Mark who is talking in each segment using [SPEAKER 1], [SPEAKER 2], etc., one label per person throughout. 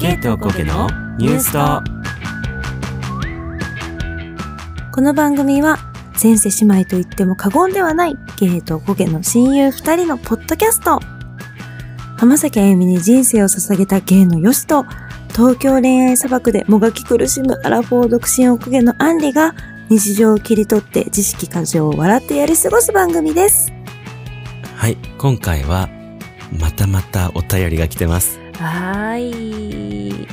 [SPEAKER 1] ケイトコケのニュースと
[SPEAKER 2] この番組は前世姉妹と言っても過言ではないゲイとゴゲの親友二人のポッドキャスト浜崎あゆみに人生を捧げたゲイのヨシと東京恋愛砂漠でもがき苦しむアラフォー独身おこげのアンリが日常を切り取って知識過剰を笑ってやり過ごす番組です
[SPEAKER 1] はい今回はまたまたお便りが来てます
[SPEAKER 2] はーい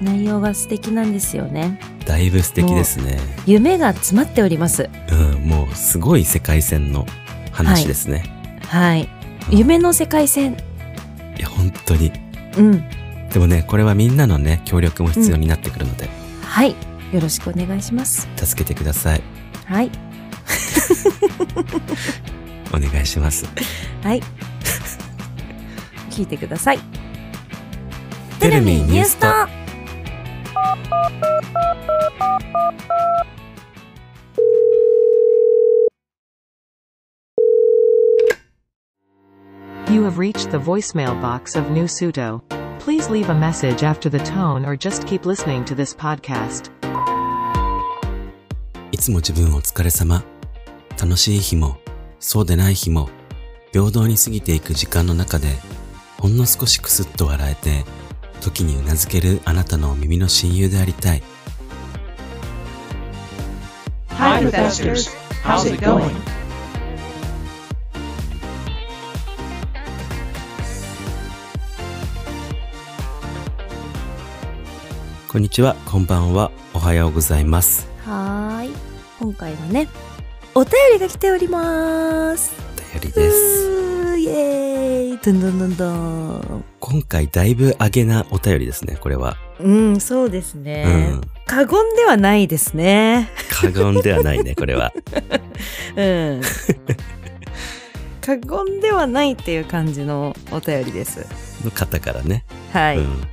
[SPEAKER 2] 内容が素敵なんですよね
[SPEAKER 1] だいぶ素敵ですね
[SPEAKER 2] 夢が詰まっております
[SPEAKER 1] うんもうすごい世界線の話ですね、
[SPEAKER 2] はい
[SPEAKER 1] うん
[SPEAKER 2] 夢の世界線
[SPEAKER 1] いや本当に
[SPEAKER 2] うん
[SPEAKER 1] でもねこれはみんなのね協力も必要になってくるので、
[SPEAKER 2] はいよろしくお願いします
[SPEAKER 1] 助けてください
[SPEAKER 2] はい
[SPEAKER 1] お願いします
[SPEAKER 2] はい。聞いてください。
[SPEAKER 1] テレビニュースと
[SPEAKER 3] You have reached the voicemail box of New Suto. Please leave a message after the tone or just keep listening to this podcast.
[SPEAKER 1] いつも自分お疲れ様。楽しい日も、そうでない日も、平等に過ぎていく時間の中で、ほんの少しくすっと笑えて、時にうなずけるあなたの耳の親友でありたい。
[SPEAKER 4] Hi, Professors. How's it going?
[SPEAKER 1] こんにちは、こんばんは、おはようございます。
[SPEAKER 2] はーい。今回はね、お便りが来ております。
[SPEAKER 1] お便りです。
[SPEAKER 2] うーイエーイ。どんどんどんどん。
[SPEAKER 1] 今回だいぶ上げなお便りですね、これは。
[SPEAKER 2] うん、そうですね。
[SPEAKER 1] うん。
[SPEAKER 2] 過言ではないですね。
[SPEAKER 1] 過言ではないね、これは。
[SPEAKER 2] うん。 過言ではないっていう感じのお便りです。
[SPEAKER 1] の方からね。
[SPEAKER 2] はい。
[SPEAKER 1] うん。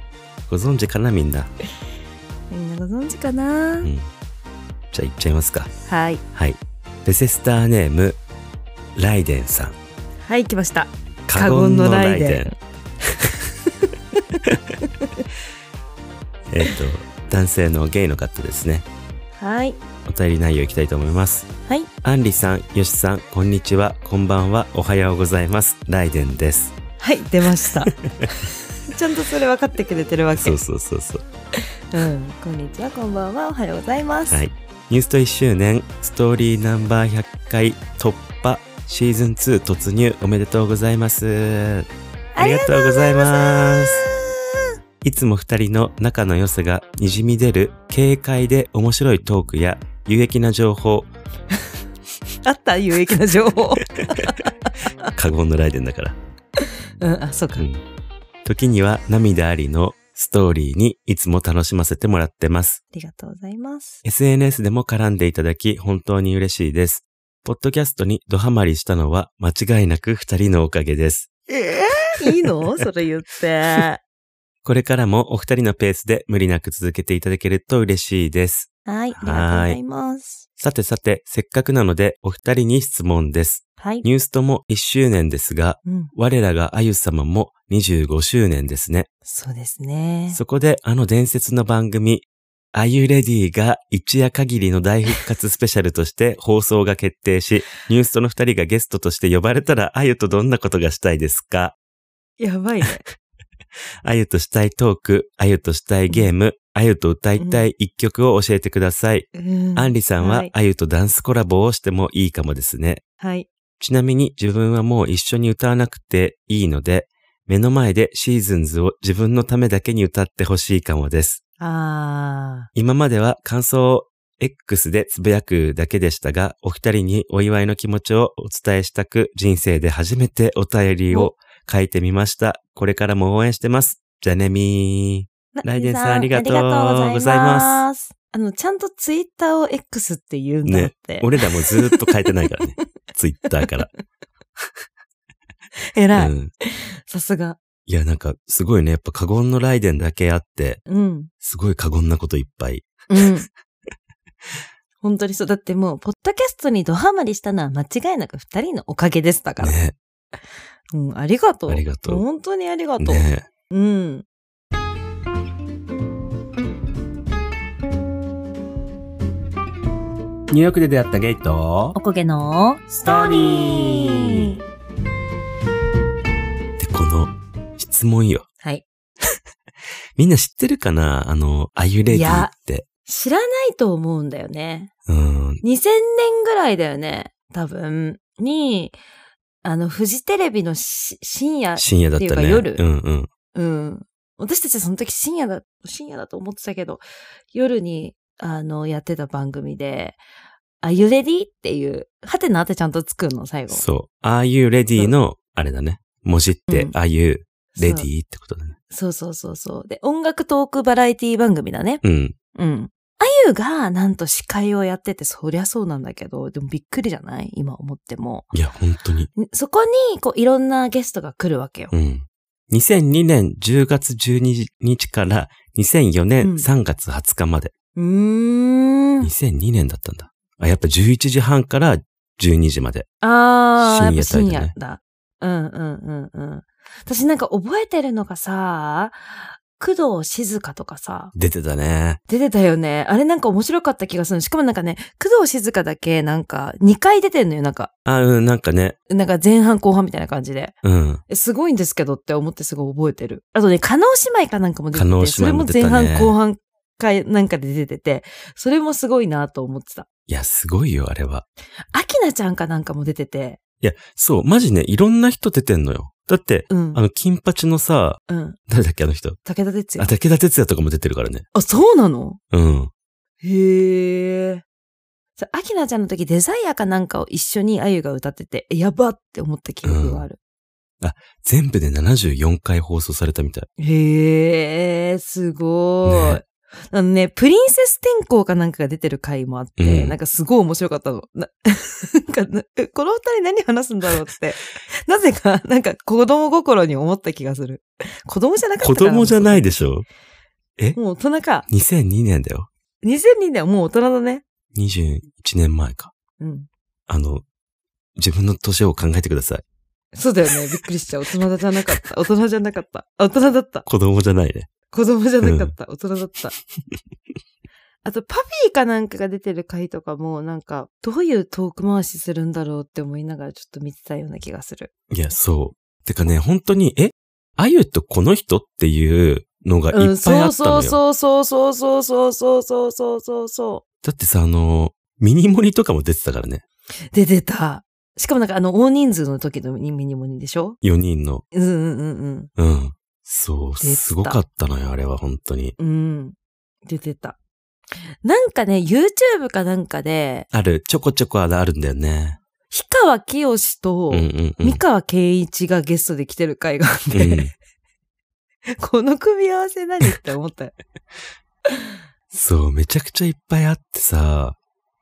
[SPEAKER 1] ご存知かな、みんな。
[SPEAKER 2] みんなご存知かな、
[SPEAKER 1] うん。じゃあ、行っちゃいますか。
[SPEAKER 2] はい。
[SPEAKER 1] はい。レセスターネーム、ライデンさん。
[SPEAKER 2] はい、来ました。
[SPEAKER 1] 過言のライデ
[SPEAKER 2] 過
[SPEAKER 1] ン。
[SPEAKER 2] 言のライ
[SPEAKER 1] えっと、男性のゲイの方ですね。
[SPEAKER 2] はい。
[SPEAKER 1] お便り内容いきたいと思います。
[SPEAKER 2] はい。
[SPEAKER 1] アンリさん、ヨシさん、こんにちは、こんばんは、おはようございます。ライデンです。
[SPEAKER 2] はい、出ました。 ちゃんとそれ分かってくれてるわけ。
[SPEAKER 1] そうそうそうそう。
[SPEAKER 2] うん、こんにちは、こんばんは、おはようございます。
[SPEAKER 1] はい。ニュースと1周年、ストーリーナンバー100回突破、シーズン2突入おめでとうございます。ありがとうございます。いつも二人の仲の良さが滲み出る軽快で面白いトークや有益な情報、
[SPEAKER 2] あった有益な情報。
[SPEAKER 1] 過言のライデンだから。
[SPEAKER 2] うん、あ、そうか
[SPEAKER 1] う。ん。時には涙ありのストーリーにいつも楽しませてもらってます。
[SPEAKER 2] りがとうございます。
[SPEAKER 1] SNS でも絡んでいただき本当に嬉しいです。ポッドキャストにドハマりしたのは間違いなく二人のおかげです。
[SPEAKER 2] ええいいのそれ言って。
[SPEAKER 1] これからもお二人のペースで無理なく続けていただけると嬉しいです。
[SPEAKER 2] はい、ありがとうございます。
[SPEAKER 1] さてさて、せっかくなのでお二人に質問です。
[SPEAKER 2] はい。
[SPEAKER 1] ニュースとも1周年ですが、
[SPEAKER 2] うん、
[SPEAKER 1] 我らがあゆ様も25周年ですね。
[SPEAKER 2] そうですね。
[SPEAKER 1] そこであの伝説の番組、あゆレディが一夜限りの大復活スペシャルとして 放送が決定し、ニュースとの二人がゲストとして呼ばれたらあゆとどんなことがしたいですか
[SPEAKER 2] やばい ね。
[SPEAKER 1] あゆとしたいトーク、あゆとしたいゲーム、あゆと歌いたい一曲を教えてください。
[SPEAKER 2] うん
[SPEAKER 1] あんりさん
[SPEAKER 2] は
[SPEAKER 1] はいあゆとダンスコラボをしてもいいかもですね。
[SPEAKER 2] はい。
[SPEAKER 1] ちなみに自分はもう一緒に歌わなくていいので、目の前でシーズンズを自分のためだけに歌ってほしいかもです。
[SPEAKER 2] あ
[SPEAKER 1] 今までは感想を X でつぶやくだけでしたが、お二人にお祝いの気持ちをお伝えしたく、人生で初めてお便りを書いてみました。これからも応援してます。じゃねみー。
[SPEAKER 2] ー。
[SPEAKER 1] ライデンさんありがとう
[SPEAKER 2] ありがとうござい
[SPEAKER 1] ござ
[SPEAKER 2] ます。あの、ちゃんとツイッターを X って言うんだって。
[SPEAKER 1] 俺らもずーっと書いてないからね。ツイッターから。
[SPEAKER 2] 偉い。
[SPEAKER 1] うん。
[SPEAKER 2] さすが。
[SPEAKER 1] いや、なんか、すごいね。やっぱ過言のライデンだけあって、
[SPEAKER 2] うん。
[SPEAKER 1] すごい過言なこといっぱい
[SPEAKER 2] うん。 本当にそう。だってもう、ポッドキャストにドハマりしたのは間違いなく二人のおかげでしたから。
[SPEAKER 1] ね
[SPEAKER 2] うん、ありがとう。
[SPEAKER 1] ありがとう
[SPEAKER 2] 本当にありがとう。
[SPEAKER 1] ね
[SPEAKER 2] うん。
[SPEAKER 1] ニューヨークで出会ったゲイと
[SPEAKER 2] お、こげのストーリー
[SPEAKER 1] で、この質問よ。
[SPEAKER 2] はい。
[SPEAKER 1] みんな知ってるかなあの、あゆレディって。
[SPEAKER 2] 知らないと思うんだよね。
[SPEAKER 1] うん。
[SPEAKER 2] 2000年ぐらいだよね。多分。に、あの、フジテレビのし深夜、
[SPEAKER 1] 深夜だった
[SPEAKER 2] ってい
[SPEAKER 1] ね。
[SPEAKER 2] うか夜
[SPEAKER 1] うんうん。
[SPEAKER 2] うん。私たちその時深夜だ、深夜だと思ってたけど、夜に、あの、やってた番組で、あ、ゆレディっていう、ハテナってちゃんとつくの、最後。
[SPEAKER 1] そう。Are you ready の、あれだね。文字って
[SPEAKER 2] うん、
[SPEAKER 1] Are you ready ってことだね。
[SPEAKER 2] そうそうそうそう。で、音楽トークバラエティ番組だね。
[SPEAKER 1] うん。
[SPEAKER 2] うん。あゆが、なんと司会をやってて、そりゃそうなんだけど、でもびっくりじゃない今思っても。
[SPEAKER 1] いや、本当に。
[SPEAKER 2] んそこに、こう、いろんなゲストが来るわけよ。
[SPEAKER 1] うん。2002年10月12日から2004
[SPEAKER 2] うん
[SPEAKER 1] 年3月20日まで。
[SPEAKER 2] うーん。
[SPEAKER 1] 2002年だったんだ。あ、やっぱ11時半から12時まで。
[SPEAKER 2] ああ、やっぱ深
[SPEAKER 1] 深夜帯だね
[SPEAKER 2] 夜だ。うんうんうんうん。私なんか覚えてるのがさ、工藤静香とかさ、
[SPEAKER 1] 出てたね。
[SPEAKER 2] 出てたよね。あれなんか面白かった気がする。しかもなんかね、工藤静香だけなんか2回出てんのよ。なんか、
[SPEAKER 1] あ、うん、なんかね。
[SPEAKER 2] なんか前半後半みたいな感じで。
[SPEAKER 1] うん。
[SPEAKER 2] えすごいんですけどって思ってすごい覚えてる。あとね、加納姉妹かなんかも出て
[SPEAKER 1] 叶
[SPEAKER 2] て、
[SPEAKER 1] 姉
[SPEAKER 2] それ
[SPEAKER 1] 妹
[SPEAKER 2] も
[SPEAKER 1] も出た
[SPEAKER 2] 前
[SPEAKER 1] ね
[SPEAKER 2] 半後半回なんかで出てて、それもすごいなと思ってた。
[SPEAKER 1] いや、すごいよ、あれは。
[SPEAKER 2] アキナちゃんかなんかも出てて、
[SPEAKER 1] いや、そう、マジね、いろんな人出てんのよ。だって、
[SPEAKER 2] うん
[SPEAKER 1] あ、の、金八のさ、
[SPEAKER 2] うん。
[SPEAKER 1] 誰だっけ、あの人。
[SPEAKER 2] 武田鉄
[SPEAKER 1] あ、
[SPEAKER 2] 矢。
[SPEAKER 1] 武田鉄矢とかも出てるからね。
[SPEAKER 2] あ、そうなの
[SPEAKER 1] うん。
[SPEAKER 2] へえ。そうアキナちゃんの時デザイアかなんかを一緒にあゆが歌ってて、えやばって思った記憶がある。
[SPEAKER 1] 全部で74回放送されたみた い。
[SPEAKER 2] へえ、すごい。
[SPEAKER 1] ね
[SPEAKER 2] あのね、プリンセス天候かなんかが出てる回もあって、
[SPEAKER 1] うん
[SPEAKER 2] なんかすごい面白かったの。な なんかなえこの二人何話すんだろうって、 なぜか、なんか子供心に思った気がする。子供じゃなかった
[SPEAKER 1] 子
[SPEAKER 2] かな
[SPEAKER 1] 供じゃないでしょ
[SPEAKER 2] もう大人か。
[SPEAKER 1] ?2002 年だよ。
[SPEAKER 2] 2002年はもう大人だね。
[SPEAKER 1] 21年前か。
[SPEAKER 2] うん。
[SPEAKER 1] あの、自分の年を考えてください。
[SPEAKER 2] そうだよね。びっくりしちゃう。大人じゃなかった。大人じゃなかった。あ大人だった。
[SPEAKER 1] 子供じゃないね。
[SPEAKER 2] 子供じゃなかった。大人だった。あと、パピーかなんかが出てる回とかも、なんか、どういうトーク回しするんだろうって思いながらちょっと見てたような気がする。
[SPEAKER 1] いや、そう。てかね、本当に、えあゆとこの人っていうのがいっぱいあ
[SPEAKER 2] う
[SPEAKER 1] っ
[SPEAKER 2] ん、
[SPEAKER 1] たのよ。
[SPEAKER 2] そうそうそうそうそうそうそうそうそうそうそうそ
[SPEAKER 1] だってさ、あの、ミニモニとかも出てたからね。
[SPEAKER 2] う。出てた。しかもなんかあの、大人数の時のミニモニでしょ
[SPEAKER 1] 4人の。
[SPEAKER 2] うんうんうん
[SPEAKER 1] うん。そう、
[SPEAKER 2] 出てた
[SPEAKER 1] すごかったのよ、あれは、本当に。
[SPEAKER 2] うん。うん。出てた。なんかね、YouTube かなんかで、
[SPEAKER 1] ある、ちょこちょこあるあるんだよね。
[SPEAKER 2] 氷川きよしと、
[SPEAKER 1] うんうんうん
[SPEAKER 2] 三。河健一がゲストで来てる回があって、
[SPEAKER 1] うん
[SPEAKER 2] この組み合わせ何って思ったよ。
[SPEAKER 1] そう、めちゃくちゃいっぱいあってさ。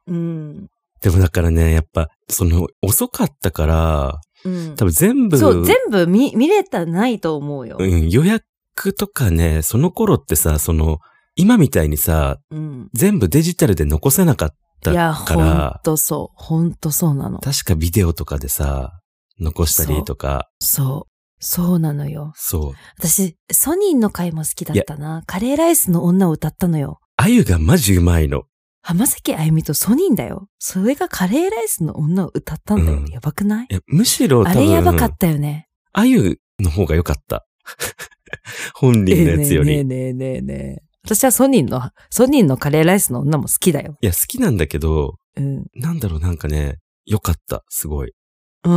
[SPEAKER 2] うん。
[SPEAKER 1] でもだからね、やっぱ、その、遅かったから、
[SPEAKER 2] うん
[SPEAKER 1] 多分全部、
[SPEAKER 2] そう、全部見、見れたないと思うよ。
[SPEAKER 1] うん、予約とかね、その頃ってさ、その、今みたいにさ、
[SPEAKER 2] うん。
[SPEAKER 1] 全部デジタルで残せなかった
[SPEAKER 2] いや、
[SPEAKER 1] か
[SPEAKER 2] ほん
[SPEAKER 1] ら、
[SPEAKER 2] とそう。ほんとそうなの。
[SPEAKER 1] 確かビデオとかでさ、残したりとか、
[SPEAKER 2] そう。そうなのよ。
[SPEAKER 1] そう。
[SPEAKER 2] 私、ソニーの回も好きだったな。カレーライスの女を歌ったのよ。
[SPEAKER 1] あゆがマジうまいの。
[SPEAKER 2] 浜崎あゆみとソニーだよ。それがカレーライスの女を歌ったんだよ。
[SPEAKER 1] うん
[SPEAKER 2] やばくない
[SPEAKER 1] えむしろ
[SPEAKER 2] あ
[SPEAKER 1] 多分、
[SPEAKER 2] れやばかったよね。
[SPEAKER 1] あゆの方が良かった。 本人のやつより。
[SPEAKER 2] ええねえねえねえねえねえ私はソニーの、ソニーのカレーライスの女も好きだよ。
[SPEAKER 1] いや、好きなんだけど、
[SPEAKER 2] うん。
[SPEAKER 1] なんだろう、なんかね、良かった。すごい。
[SPEAKER 2] うー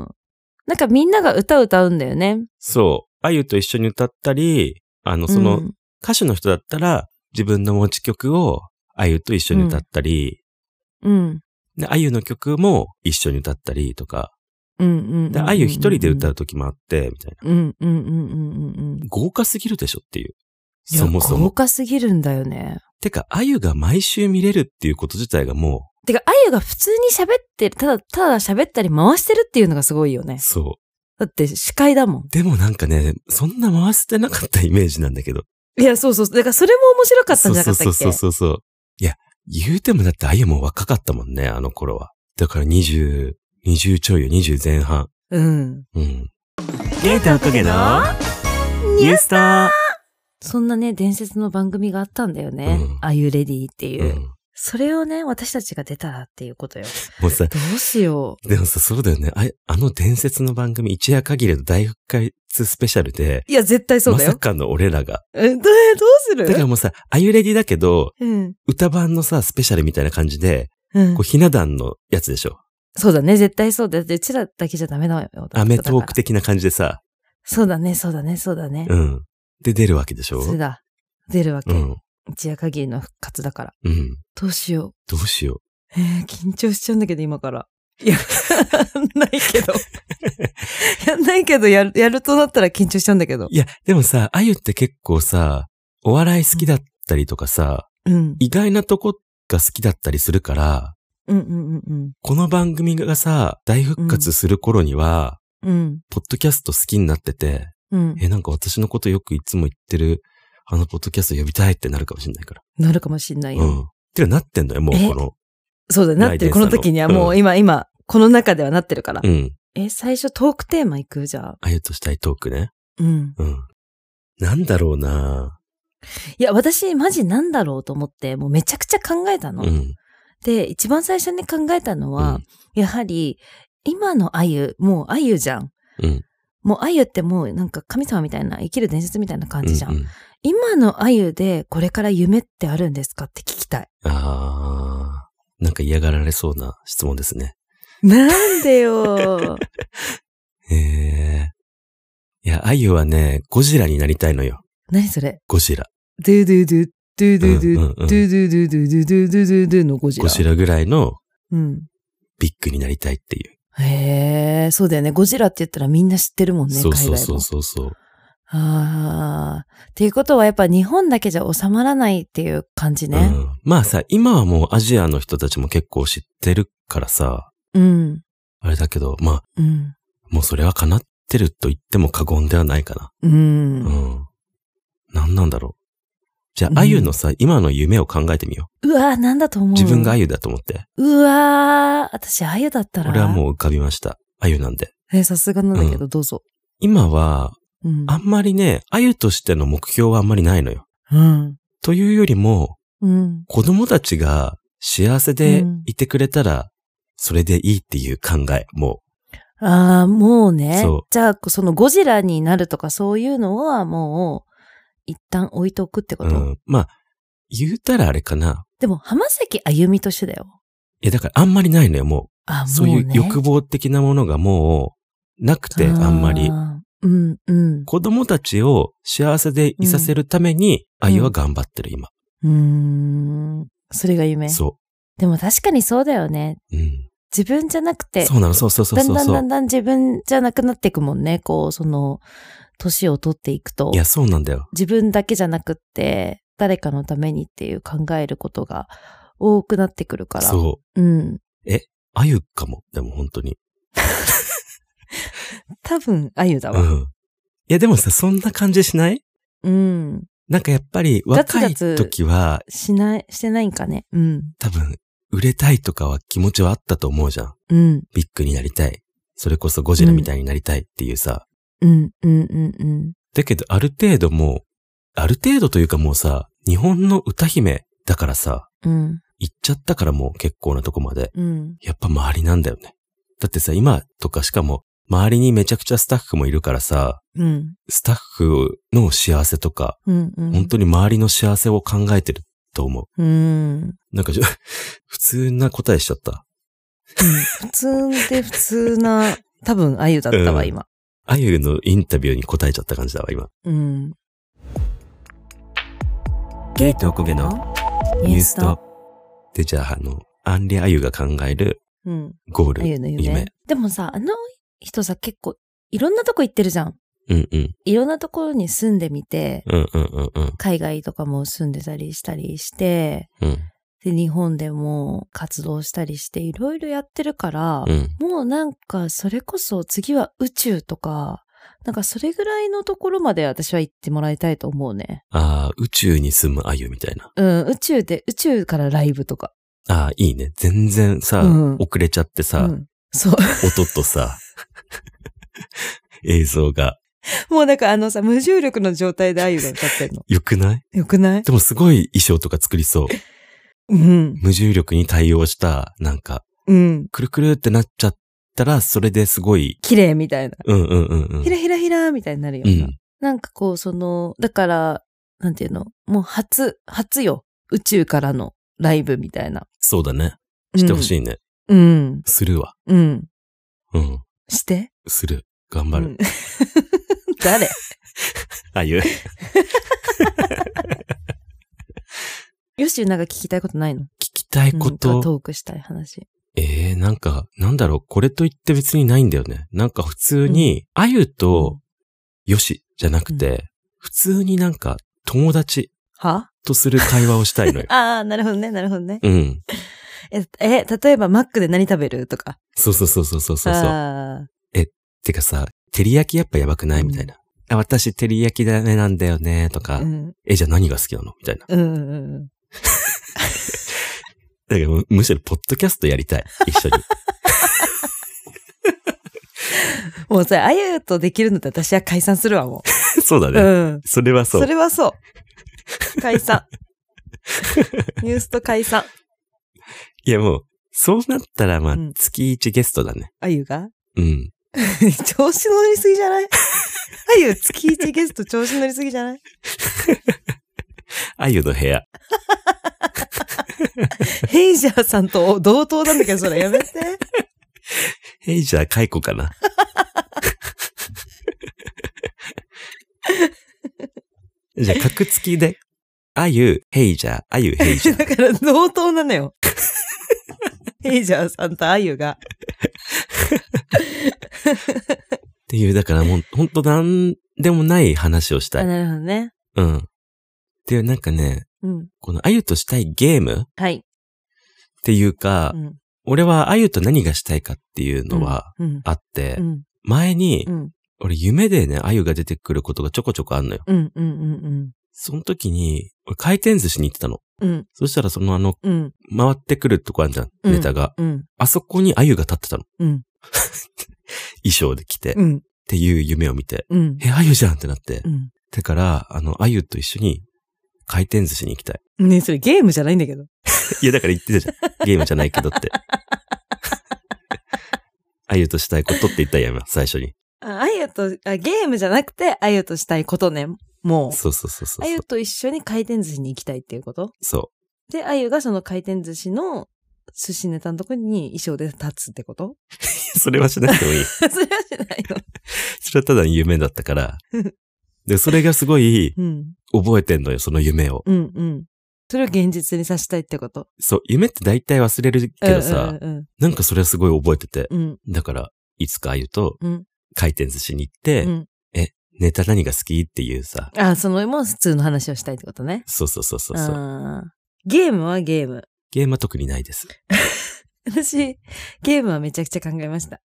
[SPEAKER 2] ん。なんかみんなが歌歌うんだよね。
[SPEAKER 1] そう。あゆと一緒に歌ったり、あの、そうの、
[SPEAKER 2] ん
[SPEAKER 1] 歌手の人だったら、自分の持ち曲を、あゆと一緒に歌ったり、
[SPEAKER 2] うん。
[SPEAKER 1] で、あゆの曲も一緒に歌ったりとか、
[SPEAKER 2] うんうんうんうん。
[SPEAKER 1] で、あゆ一人で歌
[SPEAKER 2] う。
[SPEAKER 1] う時もあって、みたいな。
[SPEAKER 2] うんうんうんうんうんうん。
[SPEAKER 1] 豪華すぎるでしょっていう。
[SPEAKER 2] いや
[SPEAKER 1] そもそ
[SPEAKER 2] 豪
[SPEAKER 1] も。
[SPEAKER 2] 華すぎるんだよね。
[SPEAKER 1] てか、あゆが毎週見れるっていうこと自体がも
[SPEAKER 2] てか、あゆが普通に喋ってる、ただ、ただ喋ったり回してるっていうのがすごいよね
[SPEAKER 1] う、。そう。
[SPEAKER 2] だって司会だもん。
[SPEAKER 1] でもなんかね、そんな回してなかったイメージなんだけど。
[SPEAKER 2] いや、そうそう。だからそれも面白かったんじゃなかったっ
[SPEAKER 1] そ
[SPEAKER 2] け
[SPEAKER 1] うそうそうそうそう。いや、言うてもだってあゆも若かったもんね、あの頃は。だから20、20ちょいよ、20前半。
[SPEAKER 2] うん。
[SPEAKER 1] うん。ゲータおかげのニュースタ
[SPEAKER 2] そんなね、伝説の番組があったんだよね
[SPEAKER 1] うん。
[SPEAKER 2] あゆレディっていう。それをね、私たちが出たらっていうことよ。
[SPEAKER 1] もうさ、
[SPEAKER 2] どうしよ
[SPEAKER 1] でもさ、そうだよね。ああの伝説の番組、一夜限りの大復活スペシャルで、
[SPEAKER 2] う。いや、絶対そう
[SPEAKER 1] ま
[SPEAKER 2] だ
[SPEAKER 1] さ
[SPEAKER 2] よ。
[SPEAKER 1] かの俺らが。
[SPEAKER 2] え、どどうす
[SPEAKER 1] だから
[SPEAKER 2] る
[SPEAKER 1] もうさ、あゆレディだけど、
[SPEAKER 2] うん。
[SPEAKER 1] 歌版のさ、スペシャルみたいな感じで、
[SPEAKER 2] うん
[SPEAKER 1] こう、。ひな壇のやつでしょ。
[SPEAKER 2] そうだね、絶対そうだ。だってうちらだけじゃダメだよ。
[SPEAKER 1] アメトーク
[SPEAKER 2] で。
[SPEAKER 1] 的な感じでさ、
[SPEAKER 2] そうだね、そうだね、そうだね。
[SPEAKER 1] うん。で、出るわけでしょ
[SPEAKER 2] それだ。出るわけ
[SPEAKER 1] う。ん。
[SPEAKER 2] 一夜限りの復活だから。
[SPEAKER 1] うん。
[SPEAKER 2] どうしよう。
[SPEAKER 1] どうしよ
[SPEAKER 2] えー、緊張しちゃうんだけど、今から。いや、やんないけど。やんないけど、やる、やるとなったら緊張しちゃうんだけど
[SPEAKER 1] う。。いや、でもさ、あゆって結構さ、お笑い好きだったりとかさ、
[SPEAKER 2] うん。
[SPEAKER 1] 意外なとこが好きだったりするから、
[SPEAKER 2] うんうんうん
[SPEAKER 1] この番組がさ、大復活する頃には、
[SPEAKER 2] うん。うん。
[SPEAKER 1] ポッドキャスト好きになってて、
[SPEAKER 2] うん。
[SPEAKER 1] え、なんか私のことよくいつも言ってる、あのポッドキャスト呼びたいってなるかもしれないから。
[SPEAKER 2] なるかもしんないよ。
[SPEAKER 1] うん。っていうかなってんだよ、もう
[SPEAKER 2] え
[SPEAKER 1] この。
[SPEAKER 2] そうだよ、なってる。この時にはもう今、今、この中ではなってるから。
[SPEAKER 1] うん。
[SPEAKER 2] え、最初トークテーマいくじゃあ。
[SPEAKER 1] あゆとしたいトークね。
[SPEAKER 2] うん。
[SPEAKER 1] うん。なんだろうない
[SPEAKER 2] や、私、マジなんだろうと思って、もうめちゃくちゃ考えたの。
[SPEAKER 1] うん。
[SPEAKER 2] で、一番最初に考えたのは、やはり、今のあゆ、もうあゆじゃん。
[SPEAKER 1] うん。
[SPEAKER 2] もうあゆってもうなんか神様みたいな、生きる伝説みたいな感
[SPEAKER 1] う
[SPEAKER 2] じじゃん。
[SPEAKER 1] んうん。
[SPEAKER 2] 今のあゆで、これから夢ってあるんですかって聞きた い。
[SPEAKER 1] あー。なんか嫌がられそうな質問ですね。
[SPEAKER 2] なんでよ
[SPEAKER 1] へえ。いや、あゆはね、ゴジラになりたいのよ。
[SPEAKER 2] 何それ
[SPEAKER 1] ゴジラ。
[SPEAKER 2] ドゥドゥドゥ、ドゥドゥドゥ、
[SPEAKER 1] うんうんうん
[SPEAKER 2] ドゥドゥドゥドゥドゥドゥドゥドゥのゴジラ。
[SPEAKER 1] ゴジラぐらいの
[SPEAKER 2] うん。
[SPEAKER 1] ビッグになりたいっていう。
[SPEAKER 2] へえ、そうだよね。ゴジラって言ったらみんな知ってるもんね、海
[SPEAKER 1] そ
[SPEAKER 2] 外
[SPEAKER 1] う
[SPEAKER 2] も。
[SPEAKER 1] そうそうそうそう。
[SPEAKER 2] ああ。っていうことはやっぱ日本だけじゃ収まらないっていう感じ
[SPEAKER 1] う
[SPEAKER 2] ね。
[SPEAKER 1] ん。まあさ、今はもうアジアの人たちも結構知ってるからさ、
[SPEAKER 2] うん。
[SPEAKER 1] あれだけど、まあ、
[SPEAKER 2] うん。
[SPEAKER 1] もうそれは叶ってると言っても過言ではないか
[SPEAKER 2] う。
[SPEAKER 1] な。うんん。なんなんだろう。じゃ
[SPEAKER 2] うん
[SPEAKER 1] あ、あゆのさ、今の夢を考えてみよ
[SPEAKER 2] うわーなんだと思う
[SPEAKER 1] う。自分があゆだと思って。
[SPEAKER 2] うわー私、あゆだったら。
[SPEAKER 1] 俺はもう浮かびました。あゆなんで。
[SPEAKER 2] え、さすがなんだけど、どうぞ。
[SPEAKER 1] 今は、
[SPEAKER 2] うん。
[SPEAKER 1] あんまりね、あゆとしての目標はあんまりないのよ。
[SPEAKER 2] うん。
[SPEAKER 1] というよりも、
[SPEAKER 2] うん。
[SPEAKER 1] 子供たちが幸せでいてくれたら、それでいいっていう考え、も
[SPEAKER 2] ああ、もうね。
[SPEAKER 1] そう
[SPEAKER 2] じゃあ、そのゴジラになるとかそういうのはもう、一旦置いとくって
[SPEAKER 1] う。
[SPEAKER 2] こ
[SPEAKER 1] う
[SPEAKER 2] と。
[SPEAKER 1] ん。まあ、言うたらあれかな。
[SPEAKER 2] でも、浜崎あゆみとしてだよ。
[SPEAKER 1] いや、だからあんまりないのよ、も
[SPEAKER 2] あ
[SPEAKER 1] う。
[SPEAKER 2] ー
[SPEAKER 1] そう
[SPEAKER 2] も
[SPEAKER 1] いうう
[SPEAKER 2] ね。
[SPEAKER 1] 欲望的なものがもう、なくて、あんまり。
[SPEAKER 2] あー。うん、うん。
[SPEAKER 1] 子供たちを幸せでいさせるために、
[SPEAKER 2] ん
[SPEAKER 1] あゆは頑張ってる、今。
[SPEAKER 2] うーん。それが夢。
[SPEAKER 1] そ
[SPEAKER 2] でも確かにそうだよね。
[SPEAKER 1] う。うん。
[SPEAKER 2] 自分じゃなくて、
[SPEAKER 1] そうなの、そうそうそう
[SPEAKER 2] だん
[SPEAKER 1] そう
[SPEAKER 2] だん
[SPEAKER 1] そ
[SPEAKER 2] だ。
[SPEAKER 1] うん
[SPEAKER 2] だん自分じゃなくなっていくもんね。こう、その、年を取っていくと
[SPEAKER 1] い。や、そうなんだよ。
[SPEAKER 2] 自分だけじゃなくって、誰かのためにっていう考えることが多くなってくるから。
[SPEAKER 1] そう。
[SPEAKER 2] うん。
[SPEAKER 1] あゆかも、でも本当に。
[SPEAKER 2] 多分、あゆだ
[SPEAKER 1] う
[SPEAKER 2] わ。
[SPEAKER 1] ん。いや、でもさ、そんな感じしない
[SPEAKER 2] うん。
[SPEAKER 1] なんかやっぱり
[SPEAKER 2] ガツ
[SPEAKER 1] 若
[SPEAKER 2] ガ
[SPEAKER 1] い
[SPEAKER 2] ツ
[SPEAKER 1] 時は
[SPEAKER 2] しない、してないんかね。うん。
[SPEAKER 1] 多分売れたいとかは気持ちはあったと思うじゃん。
[SPEAKER 2] うん。
[SPEAKER 1] ビッグになりたい。それこそゴジラみたいになりたいっていうさ。
[SPEAKER 2] うん、うん、うん、うん。
[SPEAKER 1] だけどある程度もう、ある程度というかもうさ、日本の歌姫だからさ、
[SPEAKER 2] うん。
[SPEAKER 1] 行っちゃったからもう結構なとこまで。
[SPEAKER 2] うん。
[SPEAKER 1] やっぱ周りなんだよね。だってさ、今とかしかも周りにめちゃくちゃスタッフもいるからさ、
[SPEAKER 2] うん。
[SPEAKER 1] スタッフの幸せとか、
[SPEAKER 2] うん。うん。
[SPEAKER 1] 本当に周りの幸せを考えてると思う。
[SPEAKER 2] うん。うん
[SPEAKER 1] なんかちょ、 普通な答えしちゃった。
[SPEAKER 2] 普通で普通な、多分、あゆだったわ、
[SPEAKER 1] うん
[SPEAKER 2] 今。
[SPEAKER 1] あゆのインタビューに答えちゃった感じだわ、今。
[SPEAKER 2] うん。
[SPEAKER 1] ゲートおこげのニュースと。。で、じゃあ、あの、アンリあゆが考える
[SPEAKER 2] うん。
[SPEAKER 1] ゴール、
[SPEAKER 2] あゆの夢。
[SPEAKER 1] 夢。
[SPEAKER 2] でもさ、あの人さ、結構、いろんなとこ行ってるじゃん。
[SPEAKER 1] うんうん。
[SPEAKER 2] いろんなところに住んでみて、
[SPEAKER 1] うんうんうんうん。
[SPEAKER 2] 海外とかも住んでたりしたりして、
[SPEAKER 1] うん
[SPEAKER 2] で、日本でも活動したりして、いろいろやってるから
[SPEAKER 1] う、ん。
[SPEAKER 2] もうなんか、それこそ次は宇宙とか、なんかそれぐらいのところまで私は行ってもらいたいと思うね。
[SPEAKER 1] ああ、宇宙に住むあゆみたいな。
[SPEAKER 2] うん、宇宙で、宇宙からライブとか。
[SPEAKER 1] ああ、いいね。全然さ、
[SPEAKER 2] うん
[SPEAKER 1] 遅れちゃっ
[SPEAKER 2] う
[SPEAKER 1] てさ、
[SPEAKER 2] ん。そう。
[SPEAKER 1] 音とさ、 映像が
[SPEAKER 2] もうなんかあのさ、無重
[SPEAKER 1] 。
[SPEAKER 2] 力の状態であゆが歌ってんの
[SPEAKER 1] 良くない
[SPEAKER 2] よくない
[SPEAKER 1] でもすごい衣装とか作りそう。
[SPEAKER 2] うん。
[SPEAKER 1] 無重力に対応した、なんか、
[SPEAKER 2] うん。
[SPEAKER 1] くるくるってなっちゃったら、それですごい、
[SPEAKER 2] 綺麗みたいな。
[SPEAKER 1] うんうんうんうん
[SPEAKER 2] ひ。らひらひらみたいになるよ
[SPEAKER 1] う
[SPEAKER 2] うな。
[SPEAKER 1] ん。
[SPEAKER 2] なんかこう、その、だから、なんていうのもう初、初よ。宇宙からのライブみたいな。
[SPEAKER 1] そうだね。してほ
[SPEAKER 2] い。
[SPEAKER 1] しいね。
[SPEAKER 2] うん。
[SPEAKER 1] するわ。
[SPEAKER 2] うん。
[SPEAKER 1] うん。
[SPEAKER 2] して。
[SPEAKER 1] する。頑張
[SPEAKER 2] う
[SPEAKER 1] る
[SPEAKER 2] ん。 誰
[SPEAKER 1] あゆ。
[SPEAKER 2] よし、なんか聞きたいことないの
[SPEAKER 1] 聞きたいこ
[SPEAKER 2] なんか
[SPEAKER 1] と。
[SPEAKER 2] トークしたい話。
[SPEAKER 1] ええ、なんか、なんだろう。これといって別にないんだよね。なんか普通に、あゆと、よし、じゃなくて、普通になんか、友達
[SPEAKER 2] は。
[SPEAKER 1] とする会話をしたいのよ
[SPEAKER 2] ああ、なるほどね、なるほどね。
[SPEAKER 1] うん。
[SPEAKER 2] え、え、例えばマックで何食べるとか。
[SPEAKER 1] そうそうそうそうそうそうそう。
[SPEAKER 2] あ
[SPEAKER 1] てかさ、照り焼きやっぱやばくないみたいな。あ、私照り焼きダメなんだよね、と
[SPEAKER 2] あ
[SPEAKER 1] か、
[SPEAKER 2] うん。
[SPEAKER 1] え、じゃあ何が好きなのみたいな。
[SPEAKER 2] うんうんうん。
[SPEAKER 1] だからむむしろ、ポッドキャストやり たい。一緒に。
[SPEAKER 2] もうさ、あゆとできるのって私は解散するわ、も
[SPEAKER 1] そうだ
[SPEAKER 2] う。
[SPEAKER 1] ね。
[SPEAKER 2] うん。
[SPEAKER 1] それはそう。
[SPEAKER 2] それはそう。解 散。ニュースと解散。
[SPEAKER 1] いやもう、そうなったらまあ
[SPEAKER 2] うん、
[SPEAKER 1] 月1ゲストだね。
[SPEAKER 2] あゆが
[SPEAKER 1] うん。
[SPEAKER 2] 調子乗りすぎじゃないあゆ、月一ゲスト調子乗りすぎじゃない
[SPEAKER 1] あゆの部屋。
[SPEAKER 2] ヘイジャーさんと同等なんだけど、それやめて。
[SPEAKER 1] ヘイジャー解雇かな。 じゃあ、格付きで。あゆ、ヘイジャー、あゆ、ヘイジャー。
[SPEAKER 2] だから同等なのよ。ヘイジャーさんとあゆが。
[SPEAKER 1] っていう、だからもう、ほんとなんでもない話をしたい。
[SPEAKER 2] なるほどね。
[SPEAKER 1] うん。っていう、なんかね、
[SPEAKER 2] うん。
[SPEAKER 1] このあゆとしたいゲームっ
[SPEAKER 2] はい。
[SPEAKER 1] ていうか、
[SPEAKER 2] うん
[SPEAKER 1] 俺はあゆと何がしたいかっていうのは
[SPEAKER 2] うん。
[SPEAKER 1] あって、
[SPEAKER 2] うん。
[SPEAKER 1] 前に、
[SPEAKER 2] うん。
[SPEAKER 1] 俺夢でね、あゆが出てくることがちょこちょこあんのよ。
[SPEAKER 2] うん。うん。うん。
[SPEAKER 1] その時に、俺回転寿司に行ってたの。
[SPEAKER 2] うん。
[SPEAKER 1] そしたらそのあの、
[SPEAKER 2] うん。
[SPEAKER 1] 回ってくるとこあんじゃん、
[SPEAKER 2] うん
[SPEAKER 1] ネタが。
[SPEAKER 2] うん。
[SPEAKER 1] あそこにあゆが立ってたの。
[SPEAKER 2] うん。
[SPEAKER 1] 衣装で来て、っ
[SPEAKER 2] うん。
[SPEAKER 1] ていう夢を見て、
[SPEAKER 2] うん。
[SPEAKER 1] え、あゆじゃんってなって。
[SPEAKER 2] うん。
[SPEAKER 1] だから、あの、あゆと一緒に回転寿司に行きたい。
[SPEAKER 2] ねえそれゲームじゃないんだけど。
[SPEAKER 1] いや、だから言ってたじゃん。ゲームじゃないけ どって。あゆとしたいことって言ったやん、最初に。
[SPEAKER 2] ああゆとあ、ゲームじゃなくて、あゆとしたいことね。もう。
[SPEAKER 1] そうそうそうそ
[SPEAKER 2] あ
[SPEAKER 1] うそ
[SPEAKER 2] ゆ
[SPEAKER 1] う。
[SPEAKER 2] と一緒に回転寿司に行きたいっていうこと
[SPEAKER 1] そ
[SPEAKER 2] で、あゆがその回転寿司の寿司ネタのとこに衣装で立つってこと
[SPEAKER 1] う。それはしなくてもいい。
[SPEAKER 2] それはしないの。
[SPEAKER 1] それはただの夢だった から。で、それがすごい
[SPEAKER 2] うん。
[SPEAKER 1] 覚えてんのよ、その夢を。
[SPEAKER 2] うんうん。それを現実にさせたいってこと。
[SPEAKER 1] そう、夢って大体忘れるけどさ、
[SPEAKER 2] うん
[SPEAKER 1] なんかそれはすごい覚えてて。
[SPEAKER 2] うんうん。
[SPEAKER 1] だから、いつかあゆと
[SPEAKER 2] うん。
[SPEAKER 1] 回転寿司に行って、
[SPEAKER 2] うん
[SPEAKER 1] え、ネタ何が好きっていうさ。
[SPEAKER 2] うん。あ、そのもう普通の話をしたいってことね。
[SPEAKER 1] そうそうそうそうそう。
[SPEAKER 2] あーゲームはゲーム。
[SPEAKER 1] ゲームは特にないです。
[SPEAKER 2] 私、ゲームはめちゃくちゃ考えました。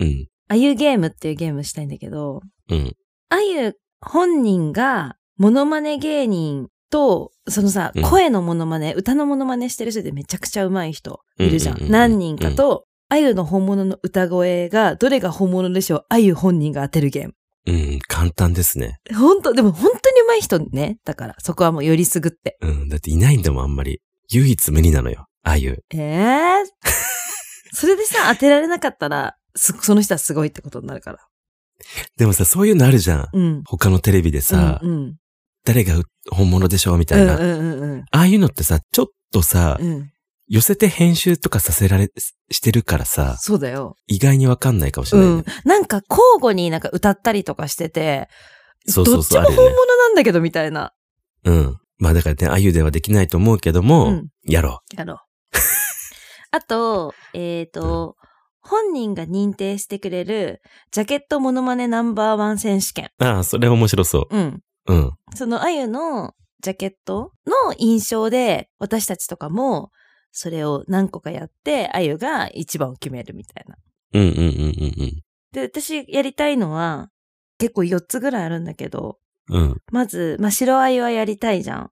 [SPEAKER 1] うん、
[SPEAKER 2] あゆゲームっていうゲームしたいんだけど、
[SPEAKER 1] うん、
[SPEAKER 2] あゆ本人がモノマネ芸人と、そのさ
[SPEAKER 1] うん、
[SPEAKER 2] 声のモノマネ、歌のモノマネしてる人でめちゃくちゃ上手い人いるじゃ
[SPEAKER 1] うんうん
[SPEAKER 2] ん。
[SPEAKER 1] うん
[SPEAKER 2] 何人かと、あゆの本物の歌声が、どれが本物でしょう、あゆ本人が当てるゲーム。
[SPEAKER 1] うん、簡単ですね。
[SPEAKER 2] 本当でも本当に上手い人ね。だから、そこはもうよりすぐって。
[SPEAKER 1] うん、だっていないんだもん、あんまり。唯一無二なのよ。あゆ。
[SPEAKER 2] え えー。それでさ、当てられなかったら、すその人はすごいってことになるから。
[SPEAKER 1] でもさ、そういうのあるじゃん。
[SPEAKER 2] うん。
[SPEAKER 1] 他のテレビでさ、
[SPEAKER 2] うんうん。
[SPEAKER 1] 誰が本物でしょうみ
[SPEAKER 2] う
[SPEAKER 1] たい
[SPEAKER 2] ん
[SPEAKER 1] な、
[SPEAKER 2] うん
[SPEAKER 1] あ
[SPEAKER 2] うんうん。
[SPEAKER 1] あいうのってさ、ちょっとさ、
[SPEAKER 2] うん。
[SPEAKER 1] 寄せて編集とかさせられ、してるからさ、
[SPEAKER 2] そうだよ。
[SPEAKER 1] 意外にわかんないかもしれない、ね
[SPEAKER 2] うん。なんか交互になんか歌ったりとかしてて、
[SPEAKER 1] そうそうそ
[SPEAKER 2] ど
[SPEAKER 1] う
[SPEAKER 2] っちも
[SPEAKER 1] あ
[SPEAKER 2] 本
[SPEAKER 1] るよ
[SPEAKER 2] 物なんだけどみたいな。
[SPEAKER 1] うん。まあだからね、あゆではできないと思うけども、
[SPEAKER 2] うん
[SPEAKER 1] やろ
[SPEAKER 2] やろう。 あと、えっ、と、本人が認定してくれる、ジャケットモノマネナンバーワン選手権。
[SPEAKER 1] う。ああ、それ面白そ
[SPEAKER 2] うん。
[SPEAKER 1] う。うん。
[SPEAKER 2] そのあゆのジャケットの印象で、私たちとかも、それを何個かやって、あゆが一番を決めるみたいな。
[SPEAKER 1] うんうんうんうん
[SPEAKER 2] で、私やりたいのは、結構4つぐらいあるんだけど、
[SPEAKER 1] うん。うん。
[SPEAKER 2] まず、まあ、白あゆはやりたいじゃん。